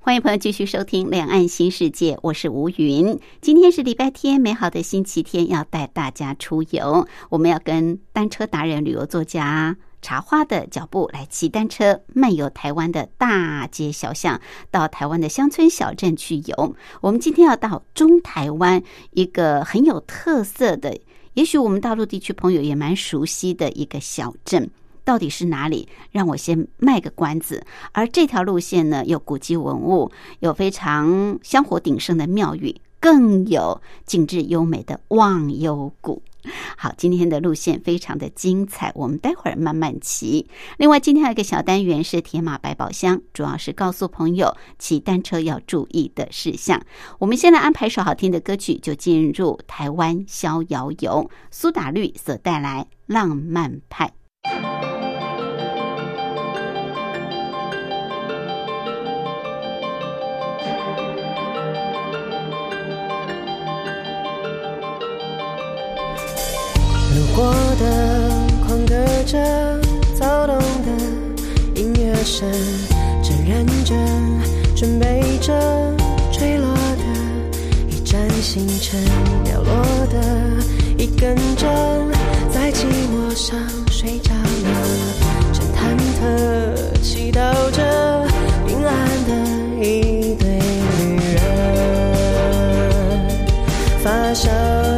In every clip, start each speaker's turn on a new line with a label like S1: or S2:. S1: 欢迎朋友继续收听《两岸新世界》，我是吴云。今天是礼拜天，美好的星期天，要带大家出游。我们要跟单车达人、旅游作家茶花的脚步来骑单车漫游台湾的大街小巷，到台湾的乡村小镇去游。我们今天要到中台湾一个很有特色的，也许我们大陆地区朋友也蛮熟悉的一个小镇。到底是哪里？让我先卖个关子。而这条路线呢，有古迹文物，有非常香火鼎盛的庙宇，更有景致优美的忘忧谷。好，今天的路线非常的精彩，我们待会儿慢慢骑。另外，今天还有一个小单元是铁马百宝箱，主要是告诉朋友骑单车要注意的事项。我们先来安排首好听的歌曲，就进入台湾逍遥游，苏打绿所带来《浪漫派》。
S2: 路过的、狂歌着、躁动的音乐声，正认真准备着坠落的一盏星辰，掉落的一根针，在寂寞上睡着了，正忐忑祈祷着平安的一对旅人，发梢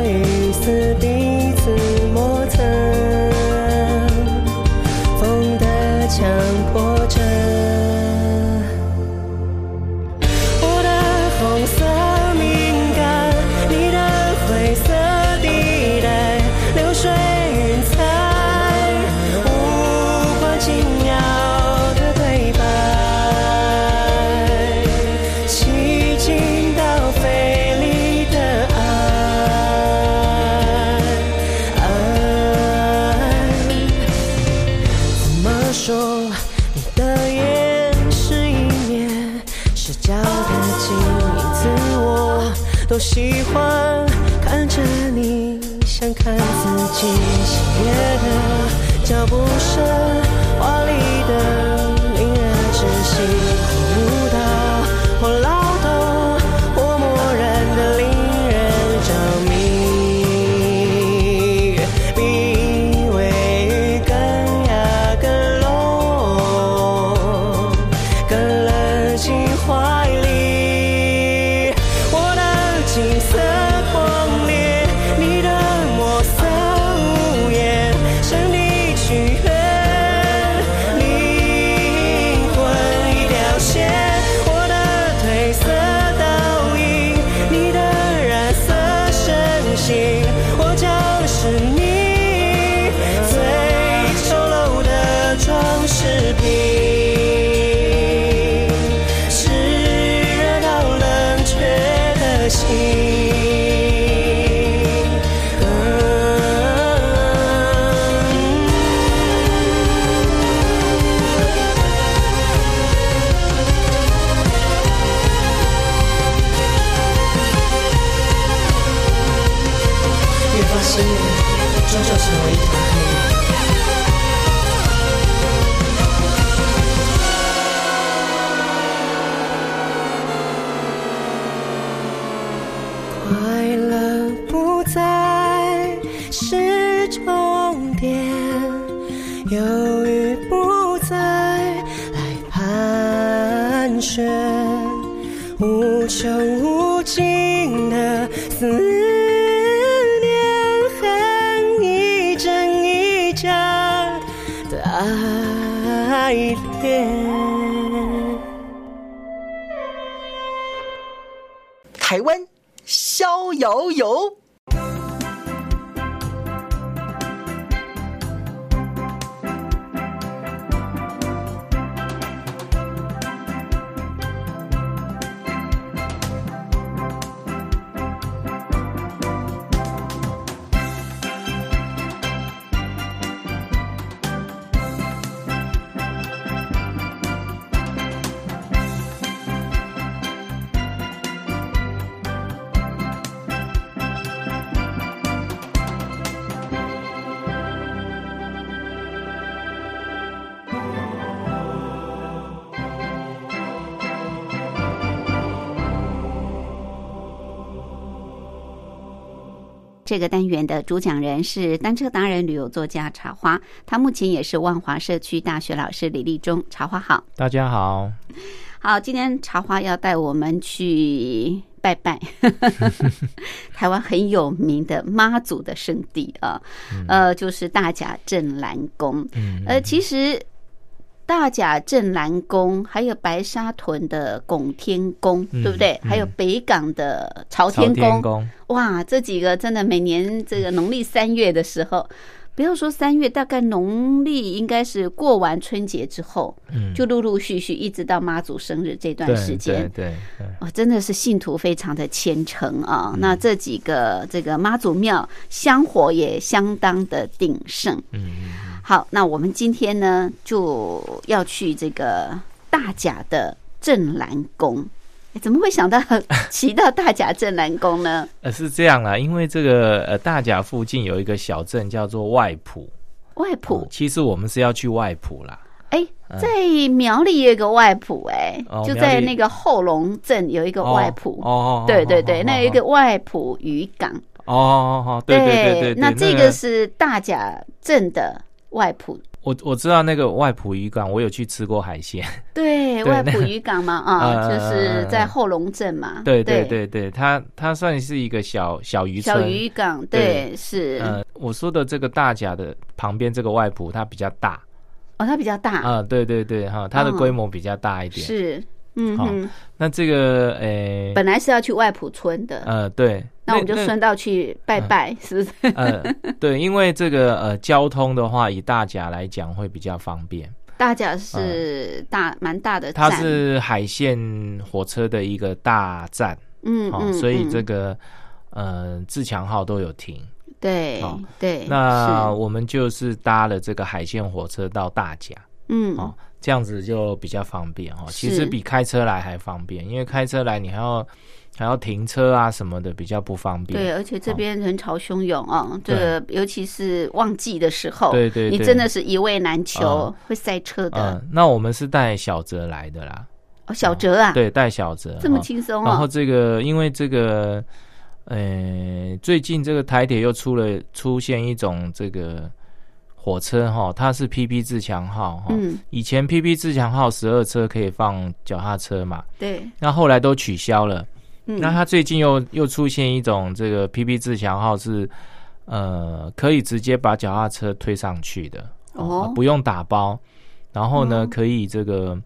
S2: 一丝彼此磨蹭，风的强迫着。我的红色敏感，你的灰色地带，流水云彩，无关紧要的对白，吸进到肺里的爱，爱。怎么说？你的眼是一面视角的镜，因此我都喜欢看着你，想看自己喜悦的脚步声，华丽的令人窒息，混入到我劳动或漠然的令人着迷。比以为更呀更浓，更冷进怀里。我的景色狂烈，你的墨色无言，向你去远，灵魂已凋谢。我的褪色倒影，你的染色身形，我将是你最丑陋的装饰品，炽热到冷却的心。嗯越发心灵，终究成为一团黑影。快乐不再是终点，犹豫不再来盘旋，无穷无尽的思念，恨一真一假的爱恋。
S3: 台湾逍遥游。
S1: 这个单元的主讲人是单车达人、旅游作家茶花，他目前也是万华社区大学老师李立忠。茶花好，
S4: 大家好。
S1: 好，今天茶花要带我们去拜 拜，台湾很有名的妈祖的圣地啊，
S4: 嗯
S1: 呃，就是大甲镇澜宫。呃，其实大甲镇澜宫，还有白沙屯的拱天宫，
S4: 嗯
S1: 对不对？
S4: 嗯
S1: 还有北港的朝
S4: 朝
S1: 天宫，
S4: 宫，
S1: 哇，这几个真的每年这个农历三月的时候，不要说三月，大概农历应该是过完春节之后，
S4: 嗯，
S1: 就陆陆续续一直到妈祖生日这段
S4: 对
S1: 时间。
S4: 对嗯对对，
S1: 哇，真的是信徒非常的虔诚啊！
S4: 嗯
S1: 那这几个这个妈祖庙香火也相当的鼎盛。
S4: 嗯嗯
S1: 好，那我们今天呢就要去这个大甲的镇澜宫。诶怎么会想到 骑到大甲镇澜宫呢？
S4: 呃是这样啦，因为这个呃大甲附近有一个小镇叫做外埔，
S1: 外
S4: 哦
S1: 埔
S4: 其实我们是要去外埔啦，
S1: 哎，在苗栗有一个外埔，哎
S4: 哦，
S1: 就
S4: 苗
S1: 在
S4: 栗
S1: 那个后龙镇有一个外埔
S4: 哦，哦，哦
S1: 对对对，
S4: 哦
S1: 那有一个外埔渔港，
S4: 哦哦哦，对对对对，
S1: 那这
S4: 个
S1: 个是大甲镇的外埔，
S4: 我我知道那个外埔渔港，我有去吃过海鲜，
S1: 对，
S4: 对
S1: 外
S4: 那
S1: 埔渔港 嘛，啊，
S4: 呃
S1: 就是在后龙镇嘛，
S4: 对对，对对，它它算是一个小小渔
S1: 小
S4: 村，
S1: 渔港，
S4: 对
S1: 对，是，
S4: 呃，我说的这个大甲的旁边这个外埔，它比较大
S1: 哦，它比较大，
S4: 啊、对对对，哈，它的
S1: 嗯
S4: 规模比较大一点。
S1: 是，嗯
S4: 好
S1: 哼，
S4: 那这个，诶、
S1: 本来是要去外埔村的，
S4: 呃，对，
S1: 那我们就顺道去拜拜，是不是？
S4: 呃，对，因为这个呃，交通的话，以大甲来讲会比较方便，
S1: 大甲是大蛮大的
S4: 嗯它
S1: 站，
S4: 是海线火车的一个大站，
S1: 嗯
S4: 哦，
S1: 嗯，
S4: 所以
S1: 嗯
S4: 这个呃，自强号都有停。
S1: 对
S4: 好
S1: 对，
S4: 那
S1: 是
S4: 我们就是搭了这个海线火车到大甲，
S1: 嗯
S4: 哦，这样子就比较方便哦。其
S1: 是
S4: 实比开车来还方便，因为开车来你还要还要停车啊什么的，比较不方便。
S1: 对，而且这
S4: 好
S1: 边人潮汹涌哦，这
S4: 对
S1: 个尤其是旺季的时候，
S4: 对对
S1: 你
S4: 对
S1: 真的是一位难求
S4: 嗯，
S1: 会塞车的。
S4: 嗯，那我们是带小泽来的啦，
S1: 哦，小哲啊，
S4: 对，带小泽。
S1: 这么
S4: 哦
S1: 轻松
S4: 然后
S1: 哦，
S4: 这个，因为这个，呃，最近这个台铁又出了出现一种这个火车哈、它是 PP 自强号哈、
S1: 嗯，
S4: 以前 PP 自强号十二车可以放脚踏车嘛，
S1: 对，
S4: 那后来都取消了。
S1: 嗯，
S4: 那它最近又又出现一种这个 PP 自强号是，呃，可以直接把脚踏车推上去的，
S1: 哦
S4: 啊不用打包，然后呢，
S1: 哦
S4: 可以这个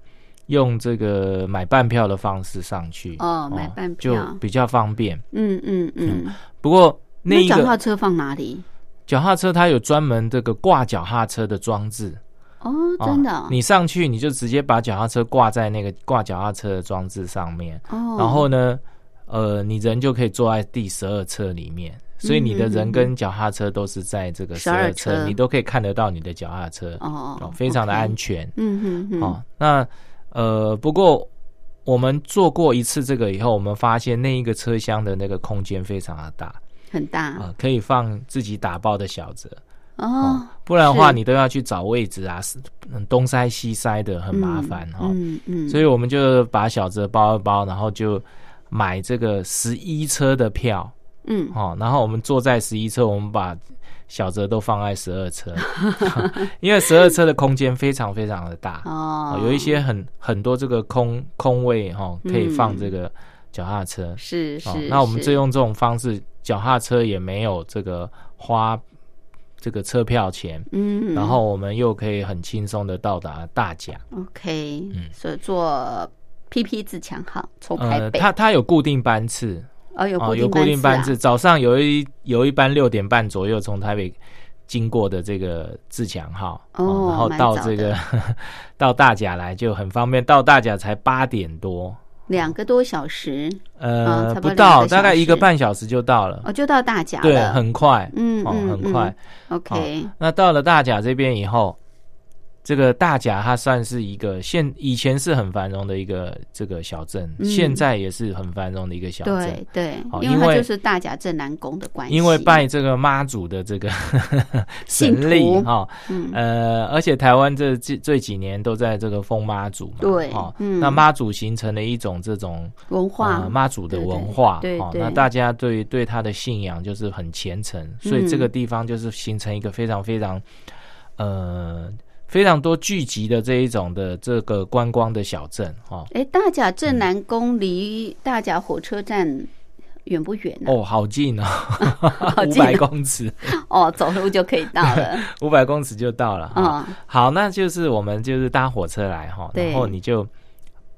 S4: 用这个买半票的方式上去，
S1: 哦买半票
S4: 就比较方便。
S1: 嗯嗯嗯，
S4: 不过那一
S1: 脚踏
S4: 个
S1: 车放哪里？
S4: 脚踏车它有专门这个挂脚踏车的装置，
S1: 哦，
S4: 哦
S1: 真的哦，
S4: 你上去你就直接把脚踏车挂在那个挂脚踏车的装置上面，
S1: 哦，
S4: 然后呢，呃，你人就可以坐在第十二车里面，所以你的人跟脚踏车都是在这个十
S1: 12
S4: 二
S1: 嗯车
S4: 车，你都可以看得到你的脚踏车，
S1: 哦，
S4: 非常的
S1: OK
S4: 安。全。
S1: 嗯哼哼，
S4: 哦，那呃，不过我们做过一次这个以后，我们发现那一个车厢的那个空间非常的大
S1: 很
S4: 啊、
S1: 大
S4: 呃可以放自己打包的小折。
S1: 哦，
S4: 不然的话，
S1: 是
S4: 你都要去找位置啊，是嗯东塞西塞的，很麻烦哈、哦。
S1: 嗯嗯，
S4: 所以我们就把小折包一包，然后就买这个十一车的票，
S1: 嗯
S4: 哦，然后我们坐在十一车，我们把小折都放在十二 车，因为十二车的空间非常非常的大，
S1: 哦
S4: 哦，有一些很很多这个空空位哈、哦，可以放这个脚踏车。
S1: 是
S4: 哦
S1: 是，，
S4: 那我们
S1: 是
S4: 就用这种方式，脚踏车也没有这个花这个车票钱，
S1: 嗯，
S4: 然后我们又可以很轻松的到达大甲。
S1: OK，
S4: 嗯
S1: 所以做 PP 自强号从台
S4: 呃，
S1: 北，
S4: 它它有固定班次，
S1: 哦有
S4: 哦，
S1: 固定
S4: 有固定班
S1: 啊
S4: 次，，早上有一有一班六点半左右从台北经过的这个自强号，
S1: 哦
S4: 然后
S1: 蛮
S4: 到
S1: 早
S4: 这个 到大甲来就很方便，到大甲才八点多，
S1: 两个多小时，
S4: 呃，
S1: 哦差不多
S4: 不
S1: 两
S4: 到
S1: 个
S4: 大概
S1: 小
S4: 一个
S1: 时
S4: 半小时就到了，
S1: 哦就到大甲
S4: 对，
S1: 了，
S4: 很快，
S1: 嗯
S4: 哦，
S1: 嗯
S4: 很快。
S1: 嗯，OK，
S4: 那到了大甲这边以后，这个大甲它算是一个现以前是很繁荣的一个这个小镇，
S1: 嗯
S4: 现在也是很繁荣的一个小镇。
S1: 对对
S4: 好，
S1: 因为
S4: 因
S1: 它
S4: 为
S1: 就是大甲镇南宫的关系，
S4: 因为拜这个妈祖 的这个
S1: 信
S4: 神力
S1: 徒
S4: 哈、
S1: 嗯
S4: 呃，而且台湾这这这几年都在这个封妈祖嘛，
S1: 对
S4: 哦，
S1: 嗯
S4: 那妈祖形成了一种这种
S1: 文化
S4: 呃妈祖的文化，
S1: 对对
S4: 哦，
S1: 对
S4: 那大家对对他的信仰就是很虔诚，所以这个地方就是形成一个非常非常呃非常多聚集的这一种的这个观光的小镇哦。
S1: 哎，大甲镇南宫离大甲火车站远不远啊呢、
S4: 哦，好近哦，
S1: 嗯 好
S4: 五
S1: 近
S4: 百公尺，
S1: 哦，走路就可以到了。
S4: 五百公尺就到了。哈
S1: 嗯，
S4: 好，那就是我们就是搭火车来哈，
S1: 对
S4: 然后你就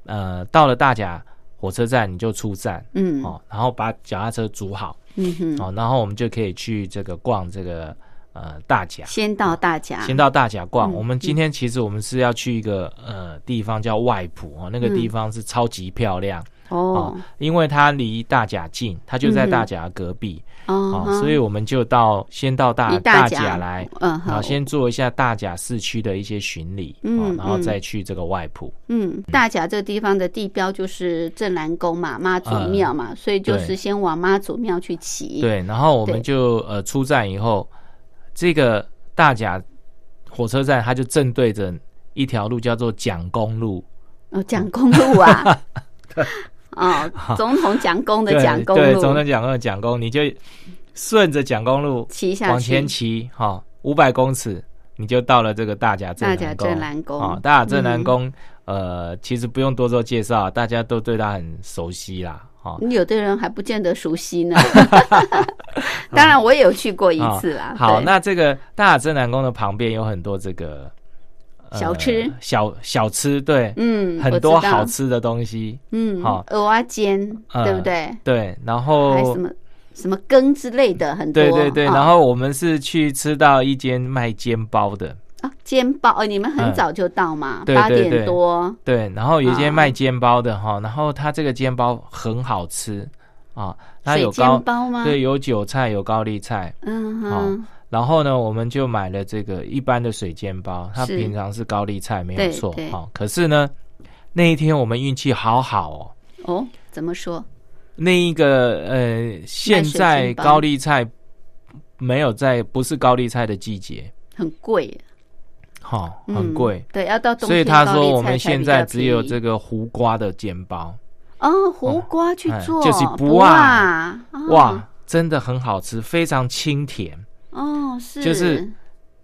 S4: 呃到了大甲火车站，你就出站
S1: 嗯，
S4: 哦，然后把脚踏车租好
S1: 嗯哼，
S4: 哦，然后我们就可以去这个逛这个呃大甲。
S1: 先到大甲，
S4: 先到大甲逛。
S1: 嗯
S4: 我们今天其实我们是要去一个呃地方叫外埔哦，那个地方是超级漂亮
S1: 哦
S4: 因为它离大甲近，它就在大甲隔壁
S1: 哦
S4: 哦，所以我们就到先到大
S1: 以大
S4: 甲来，，
S1: 嗯，
S4: 然
S1: 好
S4: 后，先做一下大甲市区的一些巡礼，哦
S1: 嗯
S4: 然后
S1: 嗯
S4: 再去这个外埔。
S1: 嗯，大甲这个地方的地标就是镇南宫嘛，妈祖庙嘛，所以就是先往妈祖庙去骑。，
S4: 嗯对，然后我
S1: 对
S4: 们就呃出站以后，这个大甲火车站它就正对着一条路叫做蒋公路，
S1: 哦，蒋公路 啊，哦，总统蒋公的
S4: 对
S1: 蒋公
S4: 对，
S1: 路
S4: 总统蒋公的蒋公，你就顺着蒋公路
S1: 骑下去，
S4: 往前骑，哈、5五百公尺你就到了这个大甲镇
S1: 大
S4: 南
S1: 甲
S4: 宫
S1: 镇南宫嗯
S4: 哦大甲镇南宫，呃，其实不用多做介绍，大家都对它很熟悉啦，哈、
S1: 有的人还不见得熟悉 呢。当然，我也有去过一次啦。
S4: 嗯
S1: 嗯
S4: 好，
S1: 对
S4: 那这个大甲镇南宫的旁边有很多这个、呃
S1: 小吃
S4: 小小吃，对，
S1: 嗯，
S4: 很多
S1: 我知道
S4: 好，吃的东西，
S1: 嗯，
S4: 好
S1: 蚵仔煎，
S4: 嗯
S1: 对不对？
S4: 对，然
S1: 还有
S4: 后
S1: 什么什么羹之类的，很多。
S4: 对对对，
S1: 哦
S4: 然后我们是去吃到一间卖煎包的，
S1: 啊，煎包，哦，你们很
S4: 嗯
S1: 早就到嘛，
S4: 对
S1: 八
S4: 对
S1: 点
S4: 对
S1: 多。
S4: 对，然后有一
S1: 啊
S4: 间卖煎包的哈，然后它这个煎包很好吃啊，它
S1: 水
S4: 有
S1: 煎
S4: 高
S1: 包吗？
S4: 对，，有韭菜有高丽菜，
S1: 嗯
S4: 哦
S1: 哼，
S4: 然后呢，我们就买了这个一般的水煎包，它
S1: 是
S4: 平常是高丽菜没
S1: 对
S4: 有错
S1: 对
S4: 好，可是呢，那一天我们运气好好哦，
S1: 哦，怎么说？
S4: 那一个呃，现
S1: 水
S4: 在
S1: 煎包
S4: 高丽菜没有在不是高丽菜的季节，
S1: 很贵，
S4: 哈，
S1: 嗯
S4: 很贵。，
S1: 对，要到冬
S4: 所以
S1: 天
S4: 他
S1: 高
S4: 说，
S1: 丽
S4: 我
S1: 菜
S4: 们
S1: 才
S4: 现
S1: 比
S4: 在
S1: 较
S4: 只有
S1: 便宜
S4: 这个胡瓜的煎包，
S1: 哦，胡瓜去
S4: 哎
S1: 做，
S4: 就是
S1: 不
S4: 不
S1: 啊
S4: 啊，
S1: 哦
S4: 哇，，真的很好吃，非常清甜，
S1: 哦，是，
S4: 就是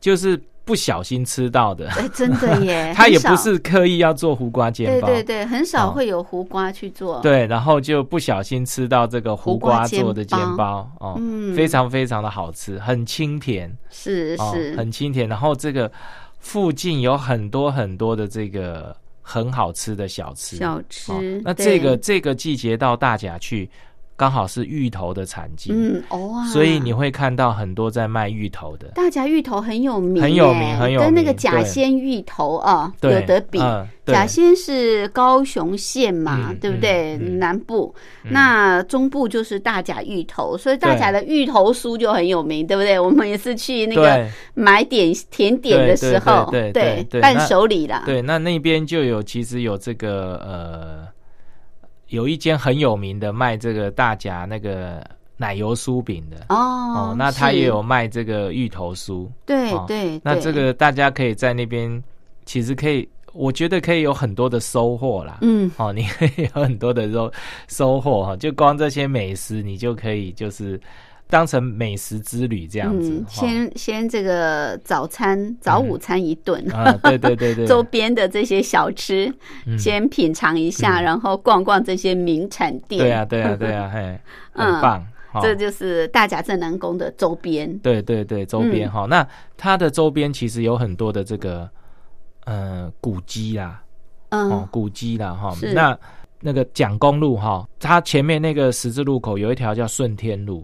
S4: 就是不小心吃到的。
S1: 哎，真的 耶，
S4: 他
S1: 很
S4: 也不
S1: 少，
S4: 是刻意要做胡瓜煎
S1: 对
S4: 包，
S1: 对对，很少
S4: 哦
S1: 会有胡瓜去做，，
S4: 对然后就不小心吃到这个
S1: 胡
S4: 胡
S1: 瓜
S4: 瓜
S1: 煎
S4: 做的煎
S1: 包
S4: 包哦，
S1: 嗯
S4: 非常非常的好吃，很清甜，
S1: 是
S4: 哦
S1: 是，，
S4: 很清甜。然后这个附近有很多很多的这个很好吃的小吃，
S1: 小
S4: 哦
S1: 吃。
S4: 那
S1: 对
S4: 这个这个季节到大甲去，刚好是芋头的产季，
S1: 嗯，哦啊，
S4: 所以你会看到很多在卖芋头的。
S1: 大甲芋头很有名耶，
S4: 很有名很有
S1: 跟那
S4: 名
S1: 个甲
S4: 对
S1: 仙芋头啊
S4: 对，
S1: 有得比。
S4: 嗯、对
S1: 甲仙是高雄县嘛，
S4: 嗯
S1: 对不对？
S4: 嗯嗯
S1: 南部、那中部就是大甲芋头，所以大甲的芋头酥就很有名，对不对？我们也是去那个啊
S4: 对
S1: 买点甜点的时候，
S4: 对对对对对
S1: 伴手礼啦，
S4: 对，那那边就有其实有这个呃，有一间很有名的卖这个大甲那个奶油酥饼的。
S1: 哦
S4: 那他
S1: 是
S4: 也有卖这个芋头酥，
S1: 对
S4: 哦
S1: 对、对，
S4: 那这个大家可以在那边，其实可以，我觉得可以有很多的收获啦。
S1: 嗯
S4: 哦，你可以有很多的收收获哈，就光这些美食，你就可以就是当成美食之旅这样子哦
S1: 嗯，。先先这个早餐早午餐一顿。
S4: 哦啊，对对对嗯对，
S1: 周边的这些小吃，先品尝一下，然后逛逛这些名产店。
S4: 嗯对啊，对啊，对啊，嘿，
S1: 嗯
S4: 很棒。哦
S1: 这就是大甲镇南宫的周边。
S4: 对对对，周
S1: 嗯
S4: 边哈、那它的周边其实有很多的这个呃古迹啦，哦
S1: 嗯，
S4: 古迹啦哈、
S1: 是
S4: 那那个蒋公路哈、它前面那个十字路口有一条叫顺天路，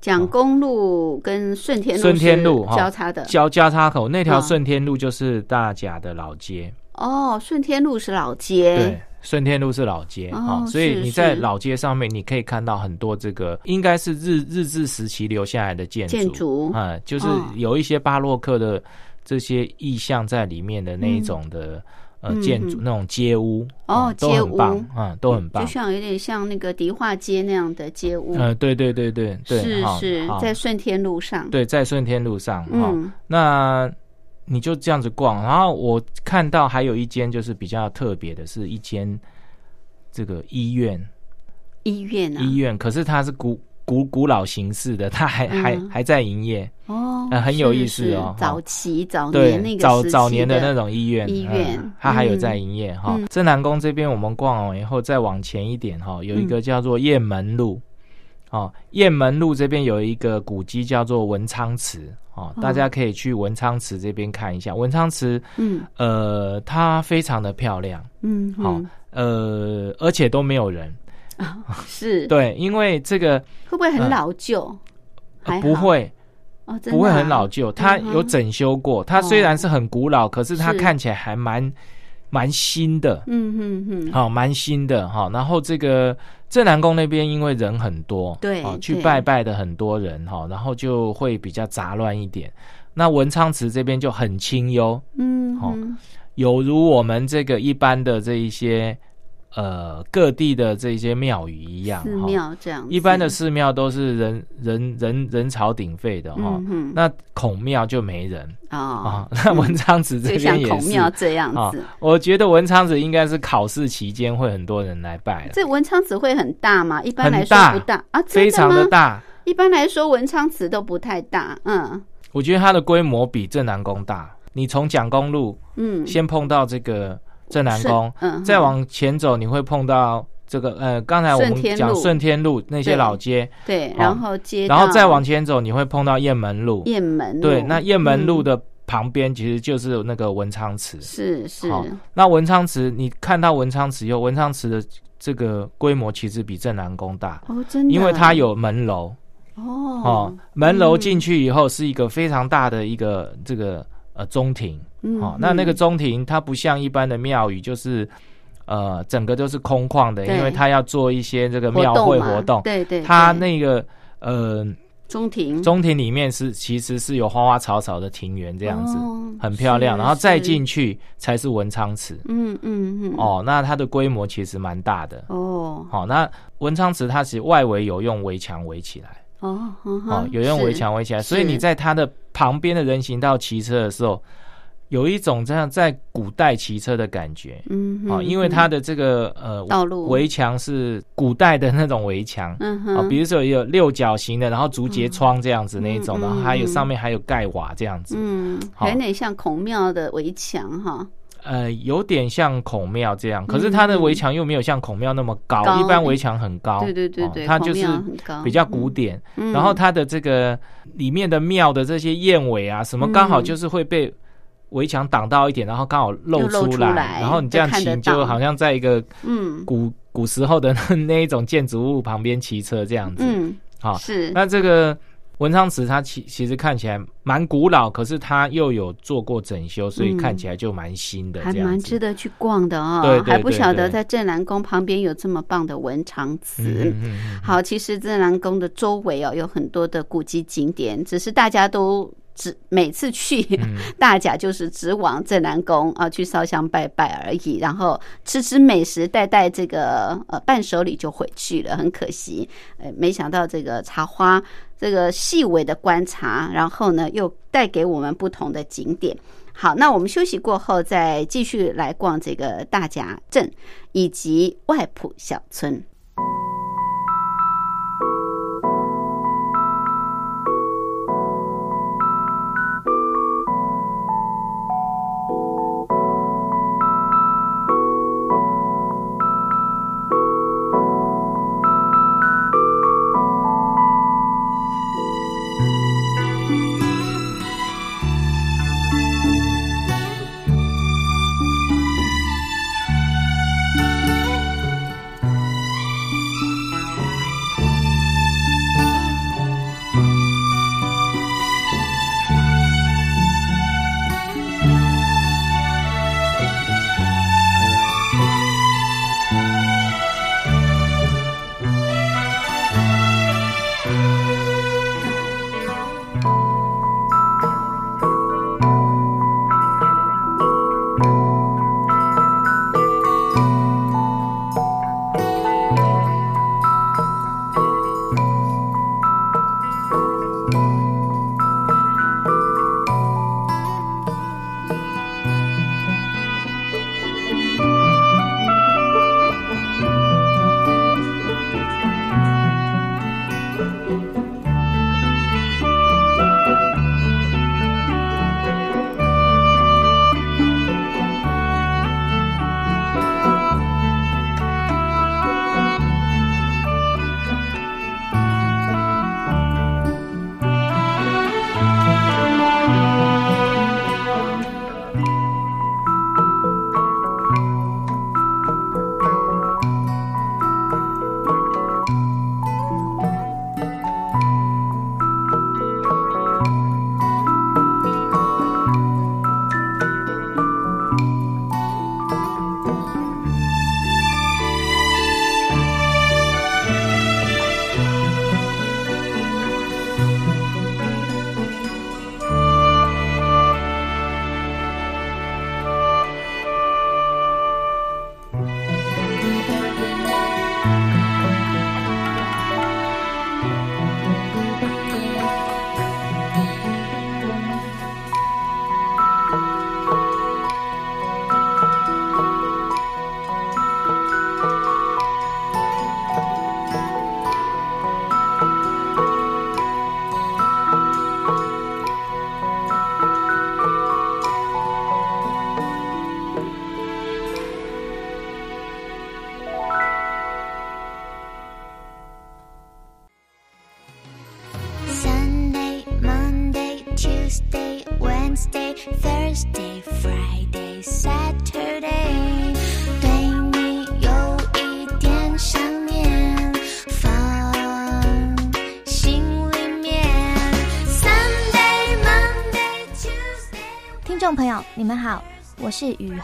S1: 蒋公路跟顺天路
S4: 顺天路
S1: 是
S4: 哈
S1: 交叉的。
S4: 交交叉口那条
S1: 呃嗯
S4: 顺天路就是大甲的老街，
S1: 哦，顺天路是老街
S4: 对。，顺天路是老街
S1: 哦
S4: 哦，所以
S1: 是
S4: 你在
S1: 是
S4: 老街上面，你可以看到很多这个应该是日日治时期留下来的建筑，
S1: 建筑
S4: 啊、就是
S1: 哦
S4: 有一些巴洛克的这些意象在里面的那一种的、
S1: 嗯
S4: 呃建筑
S1: 嗯，
S4: 那种街屋
S1: 哦
S4: 啊都
S1: 街
S4: 很棒
S1: 屋
S4: 啊，都很
S1: 就
S4: 棒。
S1: 像有点像那个迪化街那样的街屋，
S4: 呃，对对对对对，
S1: 是
S4: 哈
S1: 是
S4: 好
S1: 在顺天路上，
S4: 对在顺天路上哈，
S1: 嗯
S4: 那你就这样子逛。然后我看到还有一间就是比较特别的，是一间这个医院，
S1: 医院啊，
S4: 医院，可是它是古古古老形式的，它还、还
S1: 嗯
S4: 还在营业，
S1: 哦，
S4: 呃很有
S1: 是
S4: 意思
S1: 是
S4: 哦哈
S1: 早期早
S4: 对
S1: 年那，个
S4: 早
S1: 时
S4: 早
S1: 期
S4: 年
S1: 的
S4: 那种医院，
S1: 医院
S4: 嗯它还有
S1: 嗯
S4: 在营业哈
S1: 嗯。
S4: 正南宫这边我们逛完以后，再往前一点哈，
S1: 嗯
S4: 有一个叫做雁门路。哦，雁门路这边有一个古迹叫做文昌祠，哦，大家可以去文昌祠这边看一下。文昌祠，
S1: 嗯
S4: 呃，它非常的漂亮，
S1: 嗯，
S4: 好、
S1: 嗯
S4: 呃，而且都没有人，
S1: 是，
S4: 对，因为这个、
S1: 会不会很
S4: 嗯
S1: 老旧？
S4: 呃
S1: 还
S4: 不
S1: 好
S4: 会，
S1: 哦，真
S4: 不会
S1: 的
S4: 很
S1: 啊
S4: 老旧，它
S1: 嗯哼哦
S4: 有整修过。它虽然是很古老，可是它
S1: 是
S4: 看起来还蛮蛮新的，
S1: 嗯嗯嗯，
S4: 好、蛮新的哈、然后这个正南宫那边因为人很多，
S1: 对
S4: 哦，去
S1: 对
S4: 拜拜的很多人哈、然后就会比较杂乱一点。那文昌祠这边就很清幽，
S1: 嗯，
S4: 好
S1: 嗯
S4: 有如我们这个一般的这一些呃各地的这一些庙宇一样，
S1: 寺
S4: 哈
S1: 庙这样子，
S4: 一般的寺庙都是人人人人潮鼎沸的哈、
S1: 嗯
S4: 那孔庙就没人
S1: 嗯哦
S4: 啊，， 那文昌祠这
S1: 就像
S4: 边也
S1: 孔
S4: 是
S1: 庙这样
S4: 啊
S1: 子。
S4: 我觉得文昌祠应该是考试期间会很多人来拜了，
S1: 这文昌祠会很大吗？一般
S4: 很
S1: 来说
S4: 大
S1: 不大啊，真
S4: 非常
S1: 吗
S4: 的。大。
S1: 一般来说，文昌祠都不太大。嗯
S4: 我觉得它的规模比正南宫大。你从蒋公路
S1: 嗯，
S4: 先碰到这个正南
S1: 顺
S4: 宫，
S1: 嗯，
S4: 再往前走你会碰到这个呃，刚才我
S1: 顺天
S4: 们讲
S1: 路
S4: 顺天路那些
S1: 对
S4: 老街，
S1: 对，
S4: 好
S1: 然后接，
S4: 然后再往前走你会碰到雁门路。
S1: 雁门路。
S4: 对，那雁门路
S1: 嗯
S4: 的旁边其实就是有那个文昌祠。
S1: 是是
S4: 好那文昌祠，你看到文昌祠以后，文昌祠的这个规模其实比正南宫大，
S1: 哦，真的，
S4: 因为它有门楼哦
S1: 哦，
S4: 门楼进去以后是一个非常大的一个这个呃中庭
S1: 嗯
S4: 哦，那那个
S1: 嗯
S4: 中庭它不像一般的庙宇，就是呃整个都是空旷的，
S1: 对
S4: 因为它要做一些这个庙会
S1: 嘛
S4: 活动，
S1: 对对，嗯
S4: 它
S1: 对
S4: 那个呃
S1: 中庭
S4: 中庭里面是其实是有花花草草的庭园这样子。
S1: 哦
S4: 很漂亮，
S1: 是
S4: 然后再进
S1: 是
S4: 去才是文昌祠。
S1: 嗯嗯嗯，
S4: 哦，那它的规模其实蛮大的。
S1: 哦
S4: 好、那文昌祠它其实外围有用围墙围起来，
S1: 哦
S4: 哦
S1: 哦，
S4: 有用围
S1: 是
S4: 墙围起来，
S1: 是
S4: 所以你在它的旁边的人行道骑车的时候，有一种这样在古代骑车的感觉。
S1: 嗯
S4: 哦，
S1: 哼
S4: 因为它的这个呃
S1: 道路
S4: 围墙是古代的那种围墙，
S1: 嗯
S4: 啊，
S1: 哼，
S4: 比如说有六角形的，然后竹节窗这样子那一种，
S1: 嗯
S4: 然后还有
S1: 嗯
S4: 上面还有盖瓦这样子，
S1: 嗯，
S4: 好
S1: 有点像孔庙的围墙哈，
S4: 呃，有点像孔庙这样，可是它的围墙又没有像孔庙那么高，
S1: 嗯高
S4: 一般围墙很高，
S1: 对对对对，
S4: 哦它就
S1: 孔
S4: 是
S1: 庙很高
S4: 比较古，典。
S1: 嗯
S4: 然后它的这个里面的庙的这些燕尾啊，什么刚好就是会被围墙挡到一点，然后刚好露
S1: 又露出
S4: 来，
S1: 来
S4: 然后你这样
S1: 就看得
S4: 骑
S1: 到
S4: 就好像在一个
S1: 嗯
S4: 古古时候的那那一种建筑物旁边骑车这样子。
S1: 嗯
S4: 好
S1: 是
S4: 哦那这个文昌祠它其其实看起来蛮古老，可是它又有做过整修，所以
S1: 嗯
S4: 看起来就蛮新的
S1: 还
S4: 这样
S1: 蛮
S4: 子
S1: 值。得去逛的哦，
S4: 对对
S1: 还不
S4: 对
S1: 晓得
S4: 对
S1: 在镇南宫旁边有这么棒的文昌祠。
S4: 嗯嗯嗯嗯
S1: 好，其实镇南宫的周围哦有很多的古迹景点，只是大家都只每次去、 大家就是只往镇南宫啊去烧香拜拜而已，然后吃吃美食，带带这个呃伴手礼就回去了，很可惜。呃，没想到这个茶花这个细微的观察，然后呢又带给我们不同的景点。好，那我们休息过后再继续来逛这个大甲镇以及外埔小村。
S5: Tuesday, Wednesday, Thursday, Friday, Saturday。对你有一点想念，放心里面。Sunday, Monday, Tuesday。
S6: 听众朋友，你们好，我是雨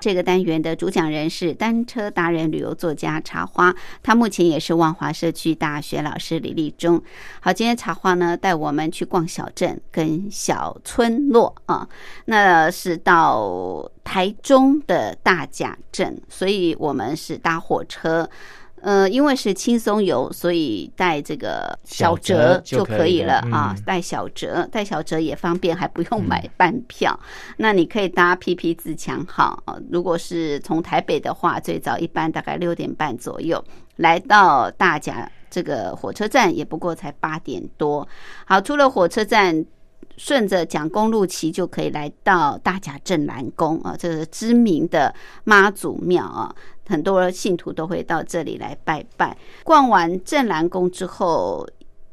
S1: 这个单元的主讲人是单车达人、旅游作家茶花，他目前也是万华社区大学老师李立忠。好，今天茶花呢带我们去逛小镇跟小村落啊，那是到台中的大甲镇，所以我们是搭火车。呃，因为是轻松游，所以带这个小折
S4: 小折就
S1: 可以了嗯
S4: 可以了
S1: 啊
S4: 嗯，
S1: 带小折，带小折也方便，还不用买半票。那你可以搭 PP 自强号，呃如果是从台北的话，最早一般大概六点半左右来到大甲这个火车站，也不过才八点多。好，出了火车站。顺着蒋公路骑就可以来到大甲镇澜宫啊，这是知名的妈祖庙啊，很多信徒都会到这里来拜拜。逛完镇澜宫之后，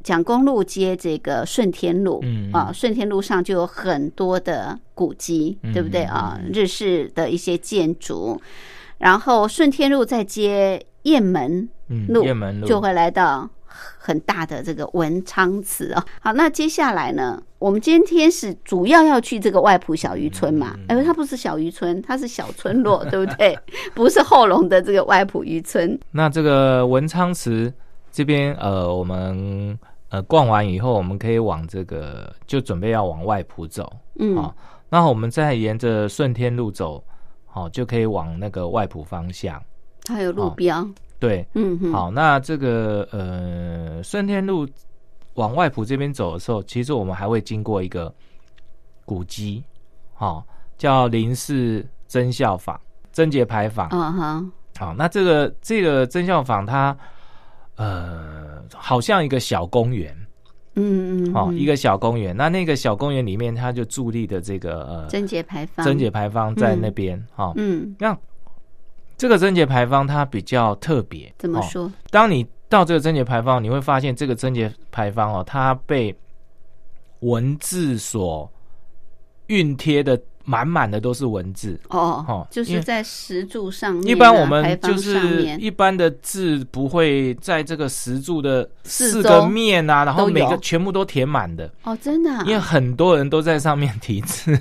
S1: 蒋公路接这个顺天路，
S4: 嗯
S1: 啊，顺天路上就有很多的古迹，
S4: 嗯
S1: 对不对啊？日式的一些建筑，然后顺天路再接雁门
S4: 嗯，
S1: 路
S4: 雁门路
S1: 就会来到很大的这个文昌祠哦。好，那接下来呢，我们今天是主要要去这个外埔小渔村
S4: 嗯
S1: 嘛？哎、它不是小渔村，它是小村 落，对不对？不是后龙的这个外埔渔村。
S4: 那这个文昌祠这边，呃，我们呃逛完以后，我们可以往这个就准备要往外埔走
S1: 嗯，
S4: 啊。那我们再沿着顺天路走，好、就可以往那个外埔方向。
S1: 它有路
S4: 哦
S1: 标。
S4: 对，
S1: 嗯哼，
S4: 好，那这个呃顺天路往外埔这边走的时候，其实我们还会经过一个古迹，好、叫林氏真效坊、贞节牌坊。
S1: 啊哈，
S4: 好，那这个这个真效坊它呃，好像一个小公园
S1: 嗯嗯，
S4: 哦，
S1: 嗯
S4: 一个小公园。那那个小公园里面，它就伫立的这个呃
S1: 贞节牌坊，
S4: 贞节，牌坊在那
S1: 嗯
S4: 边哈。
S1: 嗯，
S4: 那、这个贞节牌坊它比较特别，
S1: 怎么
S4: 哦
S1: 说？
S4: 当你到这个贞节牌坊，你会发现这个贞节牌坊哦，它被文字所熨贴的满满的都是文字。
S1: 哦
S4: 哦，
S1: 就
S4: 因
S1: 是
S4: 为
S1: 在石柱上面啊，
S4: 一般我们
S1: 牌坊
S4: 就
S1: 上
S4: 是
S1: 面
S4: 一般的字不会在这个石柱的
S1: 四
S4: 四
S1: 周
S4: 个面啊，然后
S1: 都有
S4: 每个全部都填满的，
S1: 哦，真的啊，
S4: 因为很多人都在上面题 字。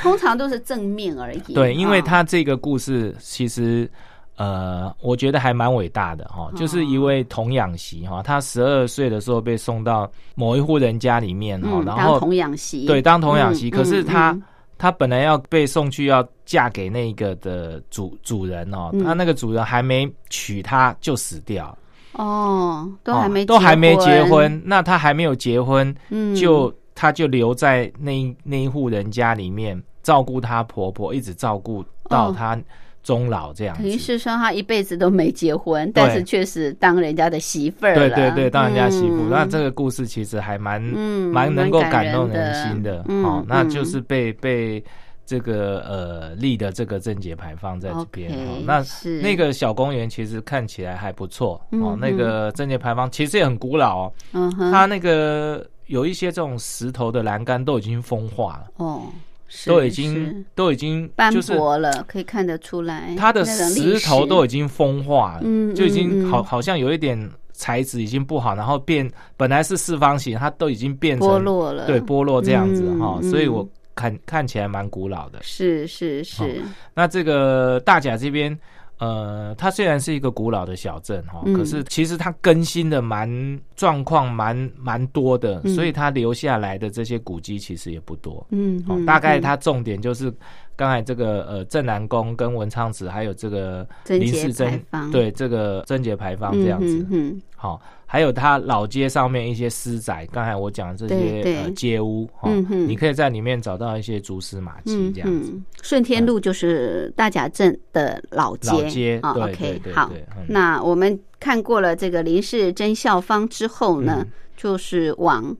S1: 通常都是正面而已。
S4: 对，因为
S1: 哦
S4: 他这个故事其实，呃，我觉得还蛮伟大的哈、
S1: 哦
S4: 就是一位童养媳哈、他十二岁的时候被送到某一户人家里面哈、
S1: 嗯，
S4: 然
S1: 当
S4: 后
S1: 童养媳，
S4: 对当童养媳，
S1: 嗯
S4: 可是
S1: 嗯
S4: 他、
S1: 嗯
S4: 他本来要被送去要嫁给那个的主主人哦、
S1: 嗯
S4: 他那个主人还没娶她就死掉了，
S1: 哦，都
S4: 哦
S1: 还没
S4: 都还没结，婚，那他还没有结婚，
S1: 嗯，
S4: 就她就留在那一那一户人家里面照顾她婆婆，一直照顾到
S1: 哦
S4: 她终老这样
S1: 等
S4: 子。
S1: 于是说他一辈子都没结婚，但是却是当人家的媳妇儿
S4: 对
S1: 了
S4: 对对，当人家媳妇。
S1: 嗯
S4: 那这个故事其实还蛮
S1: 嗯
S4: 蛮能够感动
S1: 蛮感人
S4: 人
S1: 的
S4: 心的
S1: 嗯
S4: 哦。那
S1: 嗯
S4: 就是被被这个呃立的这个贞节牌坊在这边
S1: OK，
S4: 哦。那
S1: 是
S4: 那个小公园其实看起来还不错哦
S1: 嗯。
S4: 那个贞节牌坊其实也很古老哦，
S1: 嗯哼，
S4: 它那个有一些这种石头的栏杆都已经风化了。
S1: 哦，是
S4: 都已
S1: 是
S4: 经都已经
S1: 斑
S4: 就是
S1: 驳了，可以看得出来，
S4: 它的
S1: 那种历
S4: 石头都
S1: 史
S4: 已经风化了，
S1: 嗯
S4: 就已经
S1: 嗯嗯
S4: 好好像有一点材质已经不好，然后变本来是四方形，它都已经变成
S1: 剥落了，
S4: 对剥落这样子哈、
S1: 嗯
S4: 所以
S1: 嗯
S4: 我看看起来蛮古老的。
S1: 是是
S4: 哦
S1: 是，
S4: 那这个大甲这边。呃，它虽然是一个古老的小镇哈、
S1: 嗯
S4: 可是其实它更新的蛮状况蛮蛮多的、
S1: 嗯
S4: 所以它留下来的这些古迹其实也不多。
S1: 嗯
S4: 哦
S1: 嗯，
S4: 大概
S1: 嗯
S4: 它重点就是刚才这个呃正南宫跟文昌祠，还有这个
S1: 贞
S4: 林
S1: 节
S4: 世
S1: 牌
S4: 珍，
S1: 坊，
S4: 对这个贞节牌坊
S1: 嗯，
S4: 这样子
S1: 啊嗯，嗯
S4: 好、还有它老街上面一些私宅，刚才我讲的这
S1: 对
S4: 些
S1: 对
S4: 呃街屋，哦
S1: 嗯哼
S4: 你可以在里面找到一些蛛丝马迹
S1: 嗯
S4: 这样子。
S1: 嗯，顺天路就是大甲镇的老街，
S4: 老街，
S1: 哦
S4: 对
S1: OK，
S4: 对对
S1: 好，
S4: 对，嗯
S1: 那我们看过了这个林氏真校方之后
S4: 嗯
S1: 呢，就是往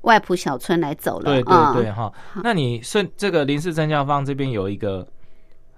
S1: 外埔小村来走了
S4: 对
S1: 啊。
S4: 对对哈。那你顺这个林氏真教坊这边有一个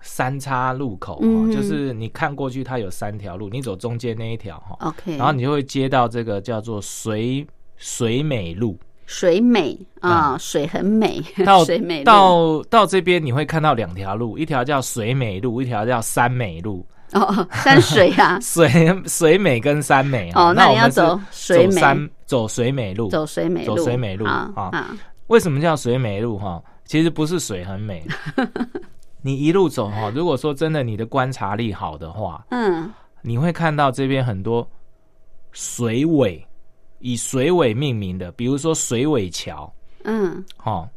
S4: 三叉路口
S1: 嗯
S4: 哈，
S1: 哼
S4: 就是你看过去它有三条路，你走中间那一条哈，
S1: OK，
S4: 然后你就会接到这个叫做水水美路，
S1: 水美啊，
S4: 啊
S1: 水很美，
S4: 到
S1: 水美路
S4: 到到这边你会看到两条路，一条叫水美路，一条叫山美路，，
S1: 哦山水啊
S4: 水水美跟山美哈
S1: 哦，那
S4: 我
S1: 你要
S4: 们是
S1: 走水
S4: 走
S1: 美，
S4: 山走水美 路，
S1: 走水美路，
S4: 走水美路
S1: 啊
S4: 啊
S1: 啊，
S4: 为什么叫水美路哈？其实不是水很美，你一路走哈，如果说真的你的观察力好的话，
S1: 嗯，
S4: 你会看到这边很多水尾，以水尾命名的，比如说水尾桥
S1: 嗯，
S4: 哈，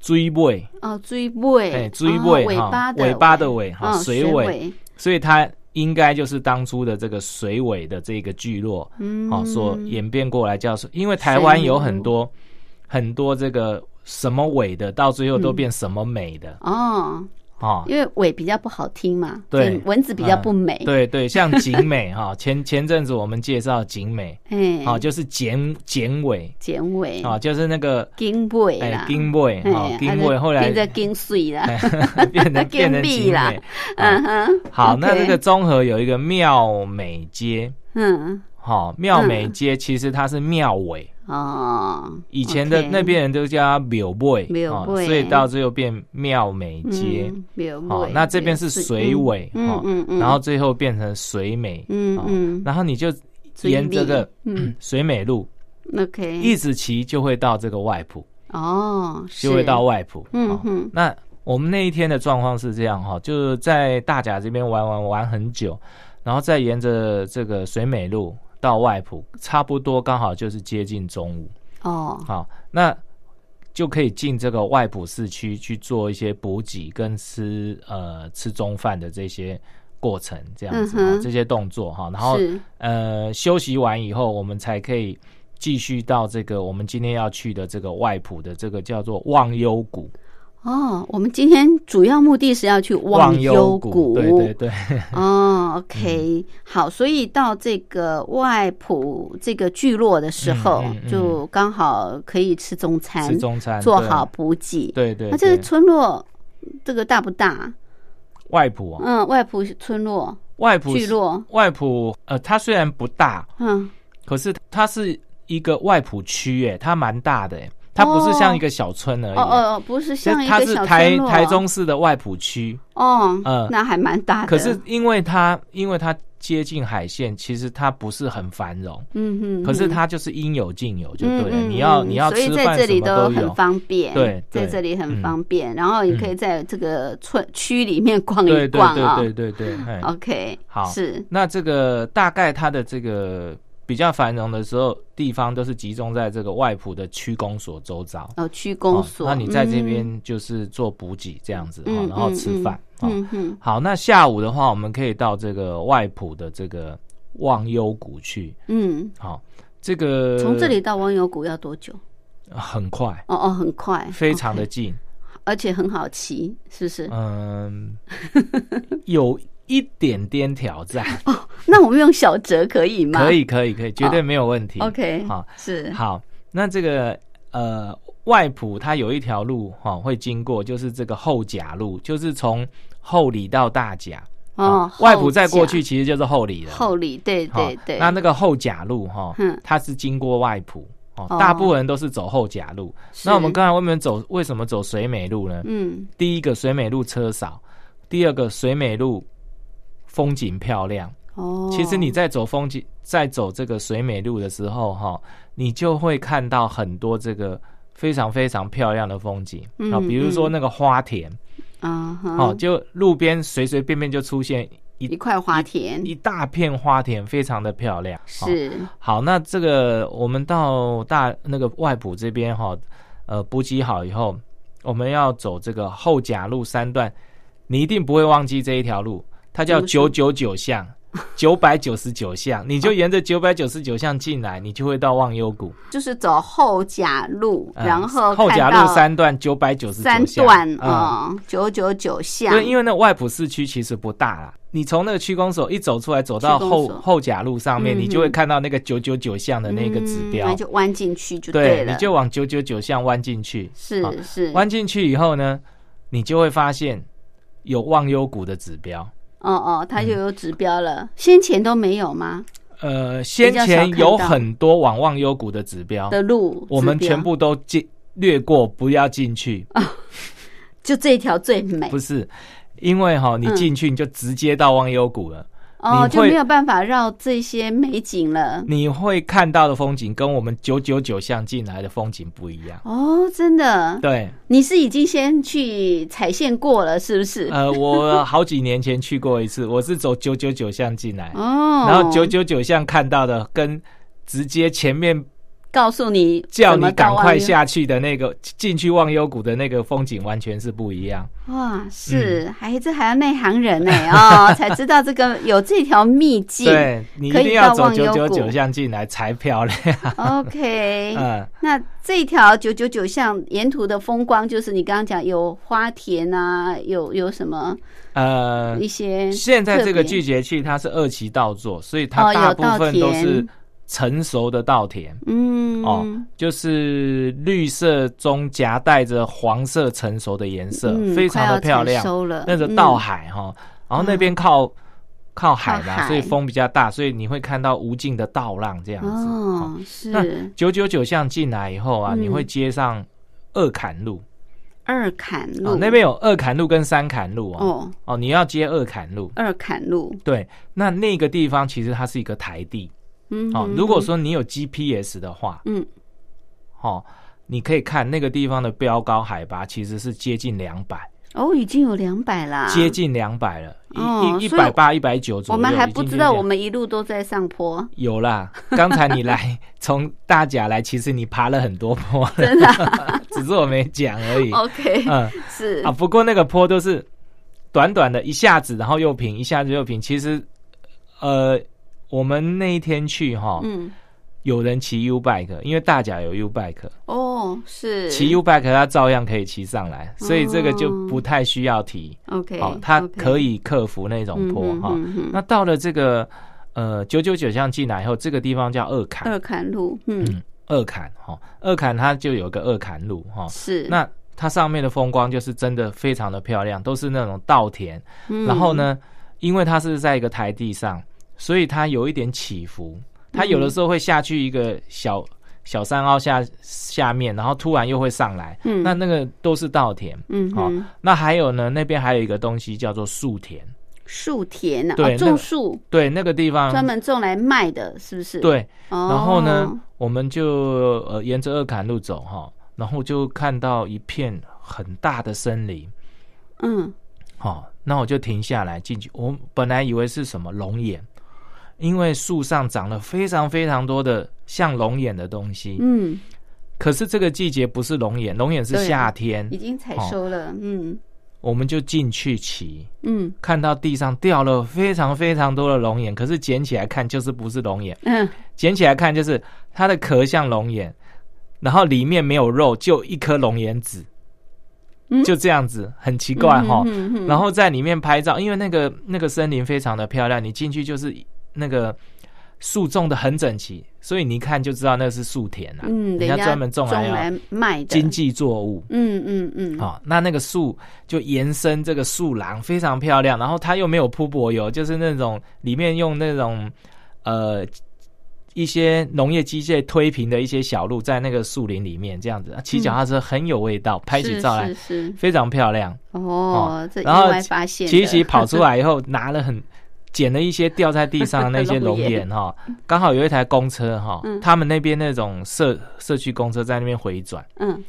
S4: 追尾
S1: 哦，追尾，
S4: 哎追
S1: 哦
S4: 尾
S1: 尾
S4: 哈
S1: 巴的
S4: 尾巴的尾哈
S1: 哦，
S4: 水
S1: 水
S4: 尾，所以它应该就是当初的这个水尾的这个聚落，
S1: 嗯，
S4: 哦，所演变过来叫，因为台湾有很多很多这个什么尾的，到最后都变什么美的
S1: 哦，
S4: 哦，
S1: 因为尾比较不好听嘛，
S4: 对嗯
S1: 就文字比较不美，，
S4: 对对，像景 美哈，前前阵子我们介绍景美，
S1: 哎，
S4: 哦，就是剪剪尾，
S1: 剪尾
S4: 哦，就是那个
S1: 金尾
S4: 哎
S1: 啦，
S4: 丁尾哈，
S1: 哎
S4: 丁
S1: 啊
S4: 尾
S1: 就
S4: 后来
S1: 变成金穗啦，
S4: 变成变成
S1: 金
S4: 景
S1: 币啦
S4: 美，
S1: 嗯哼，
S4: 哎好，那
S1: OK
S4: 这个综合有一个妙美街，
S1: 嗯，
S4: 哈，妙美街其实它是庙尾。
S1: 哦，
S4: 以前的
S1: OK
S4: 那边人都叫它庙尾，
S1: 庙
S4: 哦
S1: 尾
S4: 所以到最后变庙美街。
S1: 嗯庙
S4: 哦
S1: 尾，
S4: 那这边是水尾
S1: 嗯
S4: 哦
S1: 嗯嗯，
S4: 然后最后变成水美，
S1: 嗯
S4: 哦
S1: 嗯
S4: 然后你就沿这个
S1: 水美嗯
S4: 水美路
S1: ，OK，
S4: 一直骑，就会到这个外埔，
S1: 哦，是
S4: 就会到外埔。
S1: 嗯
S4: 哦
S1: 哼
S4: 那我们那一天的状况是这样哈、就是在大甲这边玩玩玩很久，然后再沿着这个水美路到外埔，差不多刚好就是接近中午。
S1: 哦，
S4: 好，那就可以进这个外埔市区去做一些补给跟吃呃吃中饭的这些过程，这样子、
S1: 嗯
S4: 哈
S1: 哼
S4: 这些动作哈，然后
S1: 是
S4: 呃休息完以后，我们才可以继续到这个我们今天要去的这个外埔的这个叫做忘忧谷，
S1: 哦，我们今天主要目的是要去忘
S4: 忧
S1: 忧
S4: 对对对，嗯
S1: 哦，OK，好，所以到这个外埔这个聚落的时候
S4: 嗯嗯，嗯
S1: 就刚好可以吃中餐
S4: 吃，中餐
S1: 做好，补给。
S4: 对对对，
S1: 那这个村落这个大不大？
S4: 外埔、哦、
S1: 嗯，外埔村落
S4: 外埔
S1: 聚落，
S4: 外埔呃，它虽然不大，
S1: 嗯，
S4: 可是它是一个外埔区，哎，它蛮大的，哎，它不是像一个小村而已。
S1: 哦哦，哦不是
S4: 就
S1: 像一
S4: 它
S1: 个
S4: 是
S1: 小
S4: 台
S1: 村落，啊
S4: 台中市的外埔区，
S1: 哦，
S4: 嗯
S1: 那还蛮大的。
S4: 可是，因为它因为它接近海线，其实它不是很繁荣，
S1: 嗯哼，
S4: 可是
S1: 嗯
S4: 它就是应有尽有就
S1: 嗯
S4: 对了。
S1: 嗯
S4: 你要
S1: 嗯
S4: 你要
S1: 所以
S4: 吃
S1: 在
S4: 饭
S1: 这
S4: 什
S1: 里
S4: 么都
S1: 很
S4: 有，
S1: 方便，
S4: 对
S1: 在
S4: 对
S1: 这里很
S4: 嗯
S1: 方便，然后也可以在这个村区里面逛一
S4: 对对
S1: 逛啊。
S4: 对对对对。哎
S1: OK，
S4: 好
S1: 是
S4: 那这个大概它的这个比较繁荣的时候，地方都是集中在这个外埔的区公所周遭。
S1: 哦，区公
S4: 哦
S1: 所。
S4: 那你在这
S1: 嗯，
S4: 边就是做补给这样子，
S1: 嗯
S4: 哦然后吃饭。哦
S1: 嗯哼，
S4: 好，那下午的话，我们可以到这个外埔的这个忘忧谷去。
S1: 嗯，
S4: 好，这个
S1: 从这里到忘忧谷要多久？
S4: 很快，
S1: 哦哦，很快，
S4: 非常的
S1: OK，
S4: 近。
S1: 而且很好骑，是不是？
S4: 嗯，有一点点挑 战，
S1: 那我们用小折可以吗？
S4: 可以，可以，可以，绝对没有问题。
S1: ，OK，
S4: 好，
S1: 是，
S4: 好，那这个呃外埔它有一条路哈、哦会经过，就是这个后甲路，就是从后里到大甲。
S1: 哦，
S4: 啊外埔再
S1: 后
S4: 过
S1: 甲
S4: 去其实就是后里了。
S1: 后里，对
S4: 哈
S1: 对对，
S4: 那那个后甲路哈、
S1: 嗯
S4: 它是经过外埔哦
S1: 哦，
S4: 大部分人都是走后甲路。那我们
S1: 是
S4: 刚才为什么走为什么走水美路呢？
S1: 嗯
S4: 第一个水美路车少，第二个水美路风景漂亮。
S1: 哦，
S4: 其实你在走风景，在走这个水美路的时候哈、你就会看到很多这个。非常非常漂亮的风景啊、
S1: 嗯
S4: 比如说那个花田、
S1: 啊哈，
S4: 哦，就路边随随便便就出现
S1: 一
S4: 一
S1: 块花田
S4: 一大片花田，非常的漂亮。哦
S1: 是
S4: 好，那这个我们到大那个外埔这边哈、呃，补给好以后，我们要走这个后甲路三段，你一定不会忘记这一条路，它叫
S1: 怎么说
S4: 九九 九巷，九百九十九巷，你就沿着九百九十九巷进来，你就会到忘忧谷。
S1: 就是走后甲路，
S4: 嗯
S1: 然后
S4: 后甲
S1: 看
S4: 路
S1: 到
S4: 三段九百九十
S1: 三段啊，九九九巷，
S4: 对，因为那外埔市区其实不大啦。你从那个区公所一走出来，走到
S1: 区公
S4: 后
S1: 所
S4: 后甲路上面，
S1: 嗯哼
S4: 你就会看到那个九九九巷的那个指标，
S1: 嗯那就弯进去就
S4: 对，
S1: 了，
S4: 你就往九九九巷弯进去。
S1: 是
S4: 啊
S1: 是，
S4: 弯进去以后呢，你就会发现有忘忧谷的指标。
S1: 哦哦，它就有指标
S4: 嗯
S1: 了，先前都没有吗？
S4: 呃，先
S1: 较少
S4: 前
S1: 看
S4: 有
S1: 到
S4: 很多往忘忧谷的指标，
S1: 的路，
S4: 哦我们
S1: 指标
S4: 全部都进略过，不要进去。
S1: 哦就这一条最美
S4: 不，是，因为哈、你
S1: 嗯
S4: 进去你就直接到忘忧谷了。
S1: 哦，
S4: 你
S1: 就
S4: 会
S1: 没有办法绕这些美景了。
S4: 你会看到的风景跟我们九九九巷进来的风景不一样。
S1: 哦，真的，
S4: 对，
S1: 你是已经先去踩线过了，是不是？
S4: 呃，我好几年前去过一次，我是走九九九巷进来，
S1: 哦，
S4: 然后九九九巷看到的跟直接前面
S1: 告诉你
S4: 叫
S1: 怎么
S4: 你赶
S1: 到
S4: 快
S1: 万源
S4: 下去的那个进去忘忧谷的那个风景完全是不一样。
S1: 哇，是，
S4: 嗯
S1: 还这还要内行人呢、 哦，才知道这个有这条秘境。
S4: 对你一
S1: 可以
S4: 定要
S1: 到
S4: 走
S1: 忘
S4: 九
S1: 忧
S4: 九
S1: 谷
S4: 九巷进来才 漂亮。
S1: ，OK，、
S4: 嗯，
S1: 那这条九九九巷沿途的风光，就是你刚刚讲有花田啊，有有什么
S4: 呃，
S1: 一些特别、
S4: 现在这个季节去它是二期稻作，所以它
S1: 哦
S4: 大
S1: 有
S4: 部
S1: 稻
S4: 分都
S1: 田
S4: 是成熟的稻田。
S1: 嗯，
S4: 哦，就是绿色中夹带着黄色成熟的颜色，
S1: 嗯
S4: 非常的漂
S1: 快要
S4: 亮
S1: 采。收了，
S4: 那个
S1: 嗯
S4: 稻海哈、然后那边靠、靠海
S1: 靠海
S4: 嘛，所以风比较大，所以你会看到无尽的稻浪这样子。
S1: 哦，是
S4: 那九九九巷进来以后啊，
S1: 嗯
S4: 你会接上二坎路
S1: 二坎
S4: 啊、
S1: 路
S4: 那边有二坎路跟三坎路哦。
S1: 哦，
S4: 哦，你要接二坎路。
S1: 二坎路，
S4: 对，那那个地方其实它是一个台地
S1: 嗯，
S4: 哦。如果说你有 GPS 的话，
S1: 嗯
S4: 哦，你可以看那个地方的标高海拔其实是接近两百、
S1: 哦，已经有两百啦，
S4: 接近两百了，
S1: 啊哦
S4: 一一一
S1: 所以
S4: 百八、一百九左
S1: 我
S4: 右。
S1: 们还
S4: 已
S1: 不知
S4: 经接
S1: 道
S4: 近
S1: 我们一路都在上坡。
S4: 有啦。刚才你来从大甲来，其实你爬了很多 坡，真的， 只是我没讲而已。
S1: OK，
S4: 嗯
S1: 哦 是
S4: 啊，不过那个坡都是短短的，一下子然后又平，一下子又平。其实，呃，我们那一天去哈，
S1: 嗯，
S4: 有人骑 U bike，因为大甲有 U bike，
S1: 哦，是
S4: 骑 U bike 它照样可以骑上来，所以这个就不太需要提。
S1: OK，
S4: 好、哦它
S1: OK
S4: 可以克服那种坡
S1: 嗯哼
S4: 哈、
S1: 嗯哼
S4: 那到了这个呃九九九巷进来以后，这个地方叫二坎
S1: 二，坎路，嗯，
S4: 嗯，二坎哈、二坎它就有个二坎路哈、
S1: 是
S4: 那它上面的风光就是真的非常的漂亮，都是那种稻田。
S1: 嗯
S4: 然后呢，因为它是在一个台地上，所以它有一点起伏。它有的时候会下去一个小小山凹下下面，然后突然又会上来。
S1: 嗯
S4: 那那个都是稻田。
S1: 嗯
S4: 好、
S1: 哼，
S4: 那还有呢，那边还有一个东西叫做树田。
S1: 树田啊，
S4: 对
S1: 哦
S4: 那
S1: 种
S4: 个
S1: 树
S4: 对，那个地方
S1: 专门种来卖的，是不是？，
S4: 对。
S1: 哦、
S4: 然后呢，我们就呃沿着二坎路走哈、然后就看到一片很大的森林。
S1: 嗯，
S4: 哦，那我就停下来进去。我本来以为是什么龙眼，因为树上长了非常非常多的像龙眼的东西。
S1: 嗯
S4: 可是这个季节不是龙眼，龙眼是
S1: 对
S4: 夏天
S1: 已。经采收了，嗯
S4: 我们就进去骑，
S1: 嗯
S4: 看到地上掉了非常非常多的龙眼，可是捡起来看就是不是龙眼，
S1: 嗯，
S4: 捡起来看就是它的壳像龙眼，然后里面没有肉，就一颗龙眼籽。
S1: 嗯
S4: 就这样子，很奇怪哈、
S1: 嗯嗯嗯
S4: 然后在里面拍照，因为那个那个森林非常的漂亮，你进去就是那个树种的很整齐，所以你一看就知道那是树田啊，
S1: 嗯，人
S4: 人家专门种来,、啊
S1: 来卖的
S4: 经，济作物。
S1: 嗯嗯嗯，
S4: 好、那那个树就延伸这个树廊，非常漂亮。然后它又没有铺柏油，就是那种里面用那种呃一些农业机械推平的一些小路，在那个树林里面这样子，啊骑脚踏车很有味道，拍起
S1: 嗯是
S4: 照来
S1: 是是，
S4: 非常漂亮。
S1: 哦，这意
S4: 然后
S1: 外发现的，
S4: 琪琪跑出来以后，拿了很捡了一些掉在地上的那些
S1: 龙
S4: 龙 眼
S1: 眼
S4: 哈，刚好有一台公车哈
S1: 嗯，
S4: 他们那边那种社社区公车在那边回转，
S1: 嗯，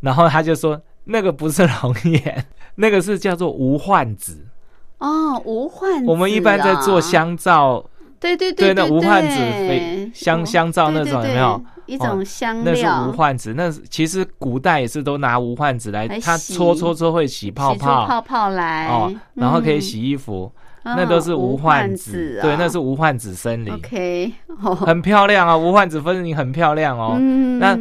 S4: 然后他就说那个不是龙眼， 那个是叫做无患子。
S1: 哦，无患、
S4: 我们一般在做，香皂
S1: 对对
S4: 对，那
S1: 对
S4: 无患子
S1: 对
S4: 非香
S1: 无
S4: 香皂那种有没有？
S1: 对对对一
S4: 哦
S1: 种香
S4: 那是
S1: 料，
S4: 无患子，那是其实古代也是都拿无患子来
S1: 来，
S4: 它
S1: 洗
S4: 搓搓搓会起泡
S1: 洗出泡泡来
S4: 哦，然后可以
S1: 嗯
S4: 洗衣服，
S1: 哦
S4: 那都是无患
S1: 子
S4: 子，
S1: 啊，
S4: 对，那是无患子森林，
S1: OK 哦，
S4: 很漂亮啊，无患子森林很漂亮哦。
S1: 嗯
S4: 那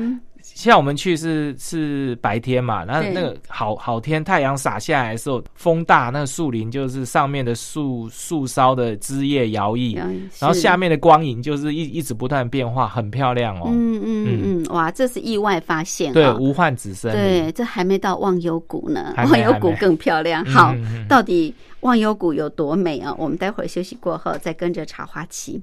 S4: 像我们去是是白天嘛，那
S1: 对
S4: 那个好好天，太阳洒下来的时候，风大，那树林就是上面的树树梢的枝叶摇曳，然后下
S1: 面。
S4: 面的光影就是一一直不断变化，很漂亮哦。
S1: 嗯嗯嗯，哇，这是意外发现啊！
S4: 对，无患子森林，
S1: 对，这还没到忘忧谷呢，
S4: 还没
S1: 忘忧
S4: 还
S1: 谷
S4: 没
S1: 更漂亮。
S4: 嗯
S1: 好
S4: 嗯嗯，
S1: 到底忘忧谷有多美啊？我们待会儿休息过后再跟着茶花骑。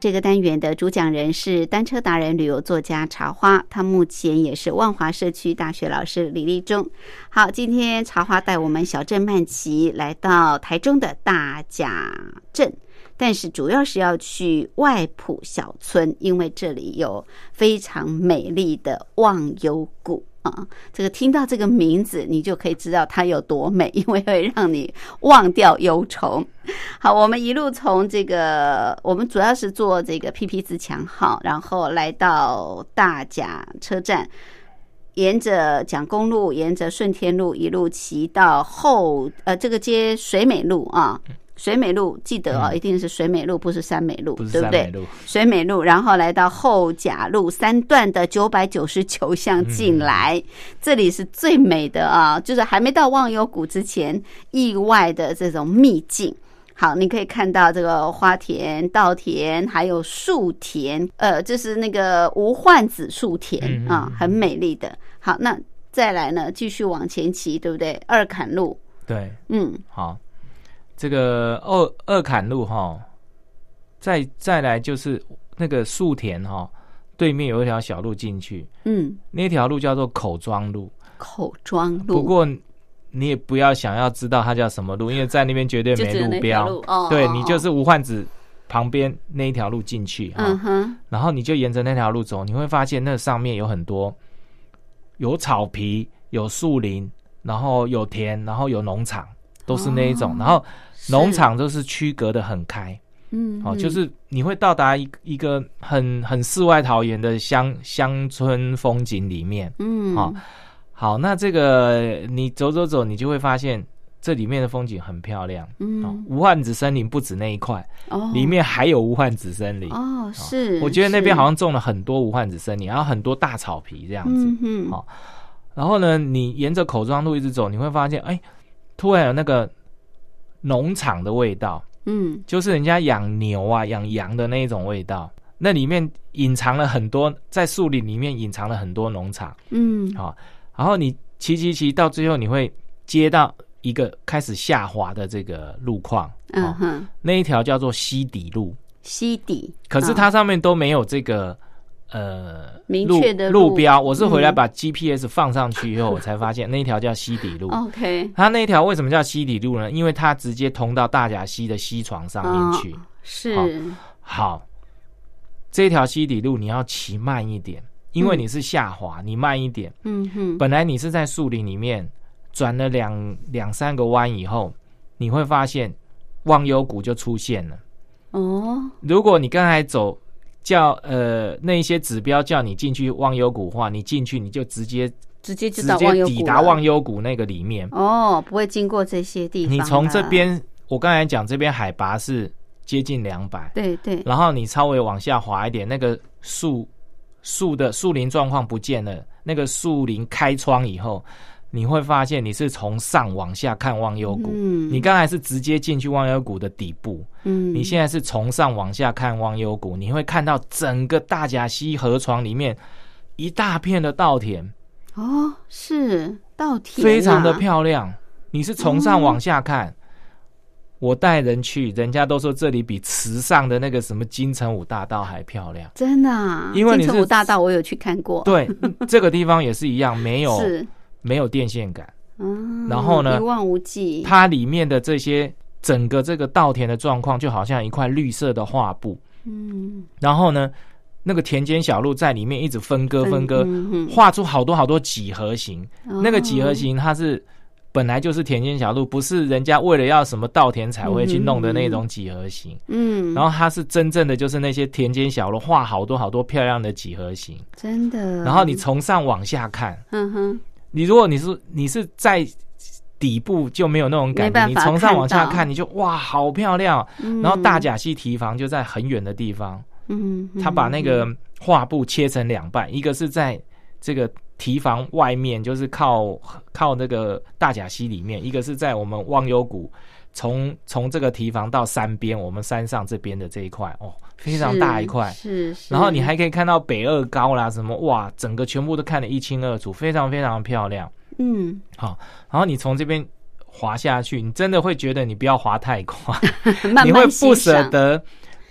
S1: 这个单元的主讲人是单车达人、旅游作家茶花，他目前也是万华社区大学老师李立忠。好，今天茶花带我们小镇慢骑来到台中的大甲镇，但是主要是要去外埔小村，因为这里有非常美丽的忘忧谷。啊，这个听到这个名字，你就可以知道它有多美， 因为会让你忘掉忧愁。好，我们一路从这个，我们主要是坐这个 PP 自强号，然后来到大甲车站，沿着蒋公路，沿着顺天路一路骑到后呃这个接水美路啊，水美路记得哦，一定是水美路，不是山美路，
S4: 嗯不是
S1: 对不
S4: 三美
S1: 对？
S4: 路，
S1: 水美路，然后来到后甲路三段的九百九十九巷进来，这里是最美的啊，就是还没到忘忧谷之前，意外的这种秘境。好，你可以看到这个花田、稻田，还有树田，呃，就是那个无患子树田
S4: 嗯嗯
S1: 啊
S4: 嗯，
S1: 很美丽的。好，那再来呢，继续往前骑，对不对？二坎路，
S4: 对，
S1: 嗯，
S4: 好，这个二二坎路哈，再再来就是那个树田哈，对面有一条小路进去，
S1: 嗯，
S4: 那条路叫做口庄路，
S1: 口庄路，
S4: 不过。你也不要想要知道它叫什么路，因为在那边绝对
S1: 就
S4: 没
S1: 只有那条
S4: 路标。
S1: 路哦
S4: 对
S1: 哦
S4: 你
S1: 哦
S4: 就是无患子旁边那一条路进去啊。
S1: 嗯哼，
S4: 然后你就沿着那条路走，你会发现那上面有很多有草皮、有树林，然后有田，然后有农场，都是那一
S1: 哦
S4: 种。然后农场都是区隔的很开，
S1: 嗯，
S4: 哦，
S1: 嗯
S4: 就是你会到达一一个很很世外桃源的乡乡村风景里面。
S1: 嗯，
S4: 好、好，那这个你走走走，你就会发现这里面的风景很漂亮。哦
S1: 嗯，
S4: 无患子森林不止那一块，
S1: 哦，
S4: 里面还有无患子森林。
S1: 哦是，
S4: 我觉得那
S1: 是
S4: 边好，像种了很多无患子森林，然后很多大草皮这样子。
S1: 嗯哼，
S4: 好然后呢，你沿着口庄路一直走，你会发现，哎，突然有那个农场的味道，
S1: 嗯
S4: 就是人家养牛啊、养羊的那一种味道。那里面隐藏了很多，在树林里面隐藏了很多农场。
S1: 嗯，
S4: 好、然后你骑骑骑，到最后你会接到一个开始下滑的这个路况，
S1: 嗯
S4: 哦，
S1: 哼，
S4: 那一条叫做西底路。
S1: 西底，
S4: 可是
S1: 嗯
S4: 它上面都没有这个呃
S1: 明
S4: 路
S1: 确的路
S4: 路标。我是回来
S1: 嗯
S4: 把 GPS 放上去以后，我才发现那一条叫西底
S1: 哦
S4: 路。
S1: OK
S4: 它那一条为什么叫西底路呢？因为它直接通到大甲溪的溪床上面
S1: 哦
S4: 去。
S1: 是，
S4: 好好，这条西底路你要骑慢一点，因为你是下滑，你慢一点。
S1: 嗯哼，
S4: 本来你是在树林里面转了两两三个弯以后，你会发现忘忧谷就出现了。
S1: 哦，
S4: 如果你刚才走叫呃那一些指标叫你进去忘忧谷的话，你进去你就直接
S1: 直接就
S4: 直
S1: 到忘
S4: 接
S1: 忧
S4: 抵
S1: 谷
S4: 达
S1: 了
S4: 忘忧谷那个里面。
S1: 哦，不会经过这些地方，
S4: 你从这，边，我刚才讲这边海拔是接近两百，
S1: 对对，
S4: 然后你稍微往下滑一点，那个树树的树林状况不见了，那个树林开窗以后。你会发现你是从上往下看忘忧谷，
S1: 嗯
S4: 你刚才是直接进去忘忧谷的底部，
S1: 嗯，
S4: 你现在是从上往下看忘忧谷，你会看到整个大甲溪河床里面一大片的稻田，
S1: 哦是稻田啊，嗯
S4: 非常的漂亮。你是从上往下看。我带人去，人家都说这里比池上的那个什么金城武大道还漂亮。
S1: 真的啊，
S4: 因为
S1: 金
S4: 你
S1: 城
S4: 是
S1: 武大道我有去看过，
S4: 对， 这个地方也是一样，没有
S1: 是，
S4: 没有电线杆，
S1: 嗯，
S4: 然后呢
S1: 一望无际，
S4: 它里面的这些整个这个稻田的状况，就好像一块绿色的画布。
S1: 嗯，
S4: 然后呢，那个田间小路在里面一直分割分割，
S1: 嗯哼
S4: 画出好多好多几何形。
S1: 哦
S4: 那个几何形它是本来就是田间小路，不是人家为了要什么稻田才会去弄的那种几何形。
S1: 嗯，
S4: 然后它是真正的就是那些田间小路画好多好多漂亮的几何形。
S1: 真的，
S4: 然后你，从上往下看，
S1: 嗯哼，
S4: 你如果你是你是在。底部就没有那种感
S1: 没
S4: 觉，
S1: 办
S4: 你
S1: 法
S4: 从上往下
S1: 看到
S4: 看，你就哇，好漂亮哦！然后
S1: 嗯
S4: 大，甲溪堤防就在很远的地方，
S1: 嗯，
S4: 他把那
S1: 嗯
S4: 个画布切成两半，一个是在这个堤防外面，就是靠靠那个大甲溪里面；一个是在我们忘忧谷，从从这个堤防到山边，我们山上这边的这一块哦，非常大一块。
S1: 是，是
S4: 然后你还可以看到北二高啦，什么哇，整个全部都看得一清二楚，非常非常漂亮。
S1: 嗯，
S4: 然后你从这边滑下去，你真的会觉得你不要滑太快，
S1: 慢
S4: 你会
S1: 慢欣
S4: 不舍
S1: 赏，
S4: 得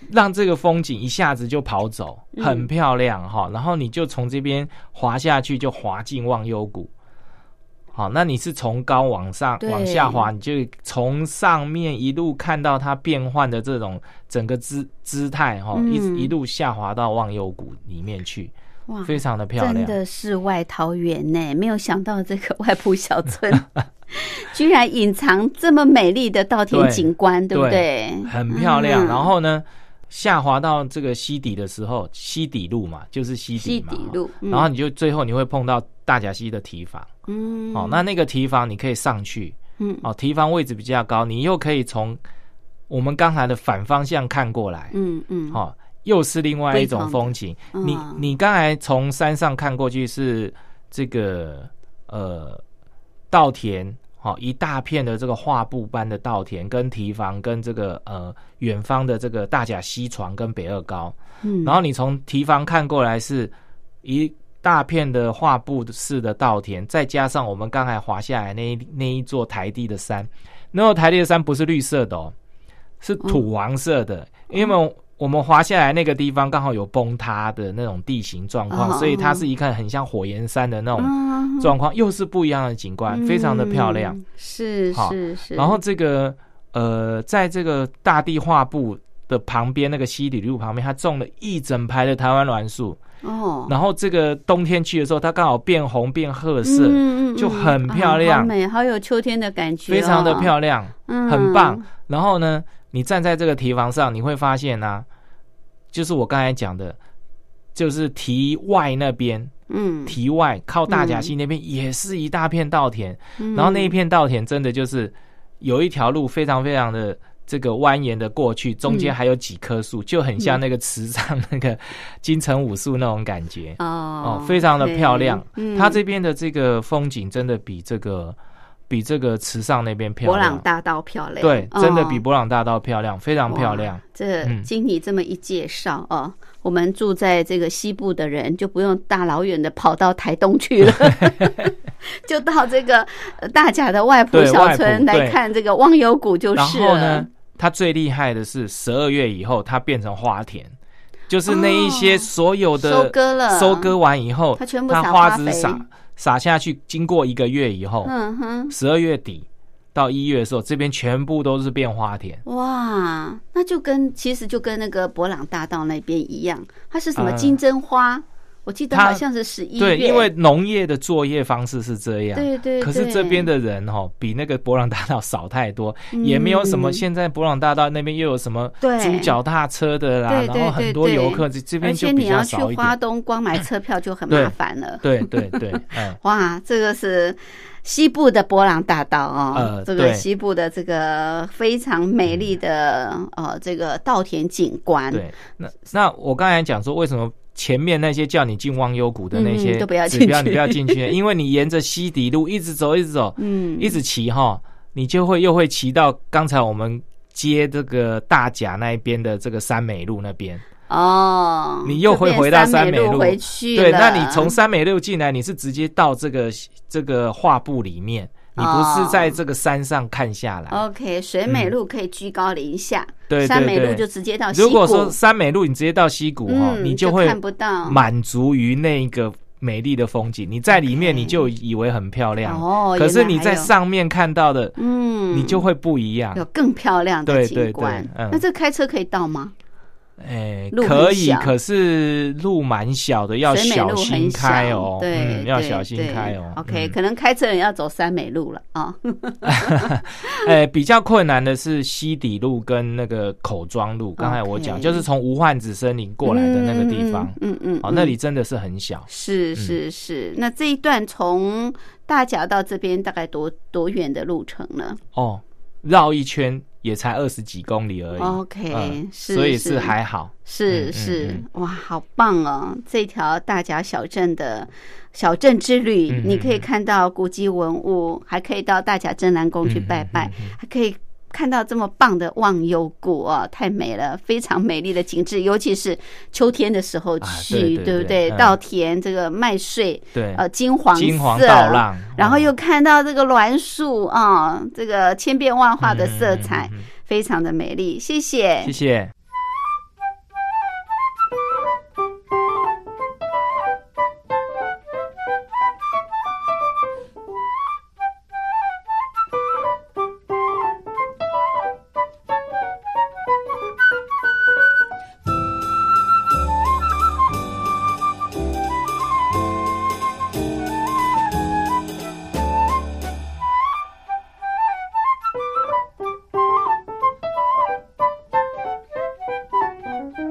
S4: 让这个风景一下子就跑走，
S1: 嗯
S4: 很漂亮哈、然后你就从这边滑下去，就滑进忘忧谷。好，那你是从高往上
S1: 对
S4: 往下滑，你就从上面一路看到它变换的这种整个姿姿态哈、
S1: 嗯
S4: 一一路下滑到忘忧谷里面去，
S1: 哇，
S4: 非常的漂
S1: 真
S4: 亮。
S1: 的世外桃源呢！没有想到这个外埔小村 居然隐藏这么美丽的稻田
S4: 对
S1: 景观，对不对？
S4: 很漂亮。
S1: 嗯
S4: 然后呢，下滑到这个溪底的时候，溪底路嘛，就是溪
S1: 西
S4: 底嘛。
S1: 底路，嗯
S4: 然后你就最后你会碰到大甲溪的堤防、
S1: 嗯，
S4: 哦，那那个堤防你可以上去
S1: 嗯
S4: 哦，堤防位置比较高，你又可以从我们刚才的反方向看过来，
S1: 嗯嗯，
S4: 好、又是另外一种风景。
S1: 不一样的
S4: 你
S1: 嗯
S4: 你刚才从山上看过去是这个呃稻田，好、一大片的这个画布般的稻田，跟堤防，跟这个呃远方的这个大甲溪床跟北二高，
S1: 嗯，
S4: 然后你从堤防看过来是一大片的画布式的稻田，再加上我们刚才滑下来那一那一座台地的山，那座台地的山不是绿色的哦，是土黄色的，因
S1: 哦
S4: 为我们滑下来那个地方刚好有崩塌的那种地形状况，
S1: 哦
S4: 所以它是一看很像火焰山的那种
S1: 嗯
S4: 状况，又是不一样的景观，非常的漂亮。
S1: 嗯是
S4: 好
S1: 是是。
S4: 然后这个呃，在这个大地画布的旁边那个西里路旁边，它种了一整排的台湾栾树。
S1: 哦，
S4: 然后这个冬天去的时候，它刚好变红变褐色，
S1: 嗯嗯嗯
S4: 就很漂
S1: 啊好
S4: 亮，
S1: 美，好有秋天的感觉哦，嗯
S4: 非常的漂亮，
S1: 亮
S4: 很棒。然后呢，你站在这个堤防上，你会发现呢、就是我刚才讲的，就是堤外那边，
S1: 嗯，
S4: 堤外靠大甲溪那边也是一大片稻田，
S1: 嗯
S4: 然后那一片稻田真的就是有一条路非常非常的这个蜿蜒的过去，中
S1: 嗯
S4: 间还有几棵树，就很像那个池上那个金城武术那种感觉。
S1: 哦
S4: 哦非常的漂亮
S1: 对嗯，
S4: 它这边的这个风景真的比这个比这个池上那边漂
S1: 博朗
S4: 亮，
S1: 大道漂亮，
S4: 对，真的比
S1: 哦
S4: 博朗大道漂亮，非常漂
S1: 哇
S4: 亮。
S1: 这
S4: 嗯
S1: 经你这么一介绍哦，我们住在这个西部的人就不用大老远的跑到台东 去了，就到这个呃大甲的外埔
S4: 对
S1: 小
S4: 外
S1: 村
S4: 埔
S1: 来
S4: 对
S1: 看这个忘忧谷就
S4: 然
S1: 是
S4: 后
S1: 了
S4: 呢。，它最厉害的是十二月以后，它变成花田，就是那一些
S1: 哦
S4: 所有的、
S1: 收割了
S4: 收割完以后，
S1: 它全部撒
S4: 花
S1: 花
S4: 籽
S1: 肥
S4: 撒撒下去，经过一个月以后，
S1: 嗯哼，
S4: 十二、月底到一月的时候，这边全部都是变花田。
S1: 哇，那就跟其实就跟那个博朗大道那边一样，它是什么
S4: 嗯
S1: 金针花？我记得
S4: 它
S1: 好像是十一月，
S4: 对，因为农业的作业方式是这样。
S1: 对对
S4: 可是这
S1: 对
S4: 边的人哦，比那个博朗大道少太多，也没有什么。
S1: 嗯
S4: 现在博朗大道那边又有什么
S1: 对
S4: 租脚踏车的啦，
S1: 对对
S4: 然后很多
S1: 对对
S4: 游客，这这边
S1: 而
S4: 就
S1: 且你
S4: 比较
S1: 要去
S4: 少一
S1: 花
S4: 点。
S1: 东，光买车票就很
S4: 对
S1: 麻烦了。
S4: 对对对，嗯，
S1: 哇，这个是西部的博朗大道哦，
S4: 呃
S1: 这个
S4: 对
S1: 西部的这个非常美丽的、呃这个稻田景观，
S4: 嗯对，那那我刚才讲说，为什么前面那些叫你进忘忧谷的那些
S1: 嗯都不要
S4: 指
S1: 进
S4: 标
S1: 去
S4: 你不要进去， 因为你沿着西底路一直走，一直走，
S1: 嗯，
S4: 一直骑哈，你就会又会骑到刚才我们接这个大甲那一边的这个三美路那边。
S1: 哦，
S4: 你又会
S1: 就变
S4: 回到
S1: 三
S4: 三美
S1: 路
S4: 路
S1: 回去
S4: 对，
S1: 了
S4: 那你从三美路进来，你是直接到这个这个画布里面，你不
S1: 哦
S4: 是在这个山上看下来。
S1: OK 水美路可以居高临下，
S4: 对对
S1: 山哦美路
S4: 对
S1: 就直接到西
S4: 如果
S1: 谷
S4: 说三美路你直接到溪谷哈、
S1: 嗯
S4: 你
S1: 就
S4: 会
S1: 看不到
S4: 满足于那个美丽的风景。你在里面
S1: OK
S4: 你就以为很漂亮，
S1: 哦
S4: 可是
S1: 原来
S4: 你在
S1: 还有
S4: 上面看到的，
S1: 嗯，
S4: 你就会不一样
S1: 有。更漂亮的
S4: 对
S1: 景
S4: 对
S1: 观。
S4: 对嗯
S1: 那这开车可以到吗？
S4: 哎、
S1: 路很
S4: 可以
S1: 小，
S4: 可是路蛮小的，要
S1: 水美
S4: 小
S1: 路
S4: 心
S1: 很
S4: 开
S1: 小
S4: 哦，
S1: 对，
S4: 嗯，要
S1: 对
S4: 小心
S1: 对
S4: 开哦。
S1: OK，
S4: 嗯
S1: 可能开车人要走三美路了啊。
S4: 呃，比较困难的是西底路跟那个口庄路。刚才我
S1: OK
S4: 讲，就是从无患子森林过来的那个地方，
S1: 嗯嗯，嗯
S4: 哦，那里嗯真的是很小。
S1: 是是是。那这一段从大甲到这边大概多多远的路程呢？
S4: 哦，绕一圈也才二十几公里而已。
S1: OK，是
S4: 嗯所以
S1: 是
S4: 是还好。
S1: 是
S4: 嗯
S1: 是
S4: 嗯，
S1: 哇，好棒哦！这条大甲小镇的小镇之旅，
S4: 嗯
S1: 你可以看到古迹文物，还可以到大甲镇南
S4: 嗯
S1: 宫去拜拜，还可以。看到这么棒的忘忧谷哦，太美了，非常美丽的景致，尤其是秋天的时候
S4: 啊
S1: 去，
S4: 对对
S1: 不对？
S4: 对嗯
S1: 稻田这个麦穗，
S4: 对，
S1: 呃，金黄
S4: 金黄
S1: 色
S4: 稻浪
S1: 然后
S4: 嗯
S1: 又看到这个栾树啊、这个千变万化的色彩，
S4: 嗯嗯嗯嗯
S1: 非常的美丽。谢谢，
S4: 谢谢。
S7: Thank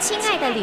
S7: 亲爱的旅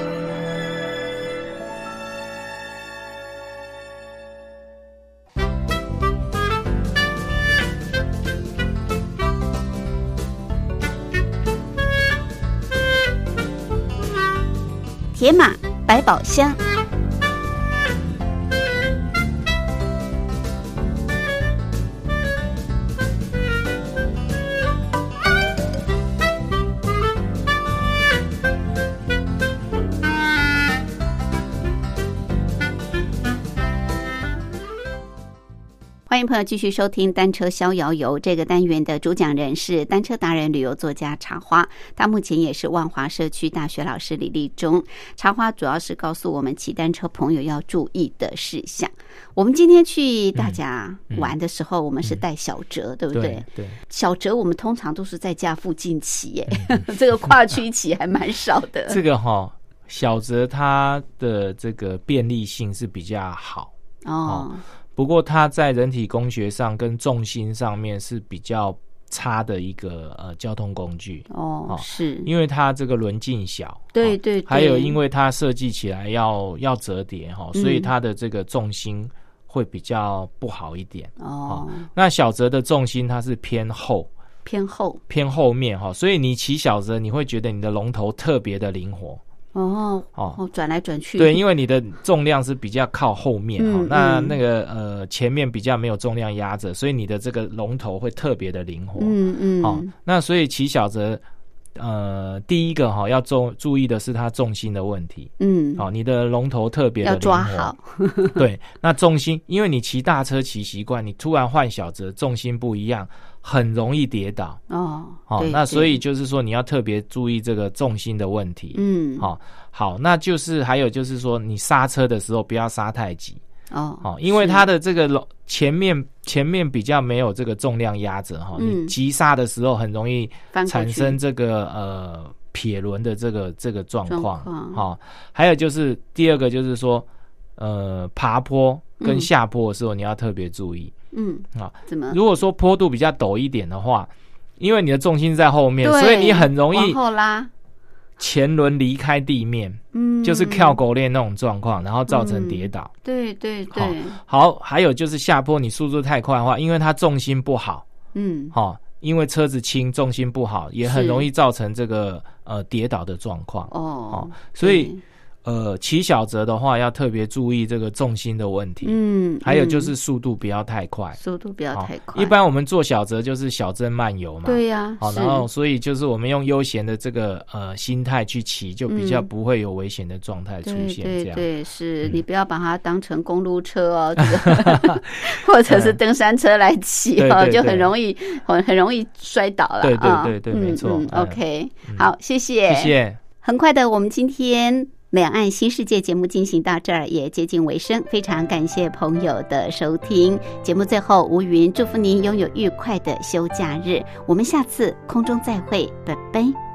S1: 铁马百宝箱。欢迎朋友继续收听《单车逍遥游》这个单元的主讲人是单车达人、旅游作家茶花，他目前也是万华社区大学老师李立忠。茶花主要是告诉我们骑单车朋友要注意的事项。我们今天去大甲玩的时候，我们是带小哲，对不对
S4: 嗯对？对，
S1: 小哲我们通常都是在家附近骑，耶， 这个跨区骑还蛮少的。
S4: 嗯 这个哈、小泽它的这个便利性是比较好，
S1: 哦，
S4: 不过它在人体工学上跟重心上面是比较差的一个呃交通工具，
S1: 哦
S4: 哦，
S1: 是，
S4: 因为它这个轮径小，
S1: 对
S4: 哦
S1: 对对
S4: 还有因为它设计起来要要折叠哈、哦
S1: 嗯
S4: 所以它的这个重心会比较不好一点。
S1: 哦，
S4: 那小泽的重心它是偏后。
S1: 偏后，
S4: 偏后面哈、哦所以你骑小泽，你会觉得你的龙头特别的灵活，
S1: 哦，
S4: 哦
S1: 哦，转来转去，
S4: 对，因为你的重量是比较靠后面哈、
S1: 嗯
S4: 那
S1: 嗯
S4: 那个呃前面比较没有重量压着，所以你的这个龙头会特别的灵活。
S1: 嗯嗯，
S4: 哦，那所以骑小则，呃，第一个哈、要重注意的是它重心的问题。
S1: 嗯，
S4: 哦，你的龙头特别的
S1: 要抓好。，
S4: 对，那重心，因为你骑大车骑习惯，你突然换小则，重心不一样，很容易跌倒。
S1: 哦，
S4: 哦
S1: 对，
S4: 那所以
S1: 对
S4: 就是说你要特别注意这个重心的问题。
S1: 嗯，
S4: 好、好，那就是还有就是说，你刹车的时候不要刹太急
S1: 哦，
S4: 哦，因为
S1: 是
S4: 它的这个龙前面前面比较没有这个重量压着哈，
S1: 嗯
S4: 你急刹的时候很容易
S1: 翻过
S4: 产
S1: 去
S4: 生这个呃撇轮的这个这个状况
S1: 状况
S4: 哦。还有就是第二个就是说，呃，爬坡跟
S1: 嗯
S4: 下坡的时候你要特别注意。
S1: 嗯
S4: 啊，
S1: 怎么
S4: 如果说坡度比较陡一点的话，因为你的重心在后面，
S1: 对
S4: 所以你很容
S1: 往
S4: 易
S1: 后拉？
S4: 前轮离开地面。
S1: 嗯，
S4: 就是跳狗链那种状况，然后造成跌倒。
S1: 对对对，
S4: 好，还有就是下坡你速度太快的话，因为它重心不好，
S1: 嗯，
S4: 哈、因为车子轻，重心不好，也很
S1: 是
S4: 容易造成这个呃跌倒的状况。
S1: 嗯哦，嗯
S4: 所以呃，骑小则的话要特别注意这个重心的问题，
S1: 对，嗯，
S4: 还有就
S1: 嗯
S4: 是速度不要太快。
S1: 速度不要
S4: 好
S1: 太快，
S4: 一般我们做小则就是小针慢游嘛。
S1: 嗯对呀，
S4: 好，
S1: 是
S4: 然后所以就是我们用悠闲的这个呃心态去骑，就比较
S1: 嗯
S4: 不会有危险的状态出
S1: 对
S4: 现。
S1: 对
S4: 这样
S1: 对，是
S4: 嗯
S1: 你不要把它当成公路车 哦，这个或者是登山车来骑
S4: 对
S1: 哦，
S4: 对
S1: 就很
S4: 对
S1: 容易很很容易摔倒了
S4: 对对
S1: 啊
S4: 对对
S1: 嗯
S4: 没错
S1: 嗯
S4: 哎
S1: ，OK，好，谢谢，
S4: 谢谢。
S1: 很快的，我们今天《两岸新世界》节目进行到这儿也接近尾声，非常感谢朋友的收听。节目最后，吴云祝福您拥有愉快的休假日，我们下次空中再会，拜拜。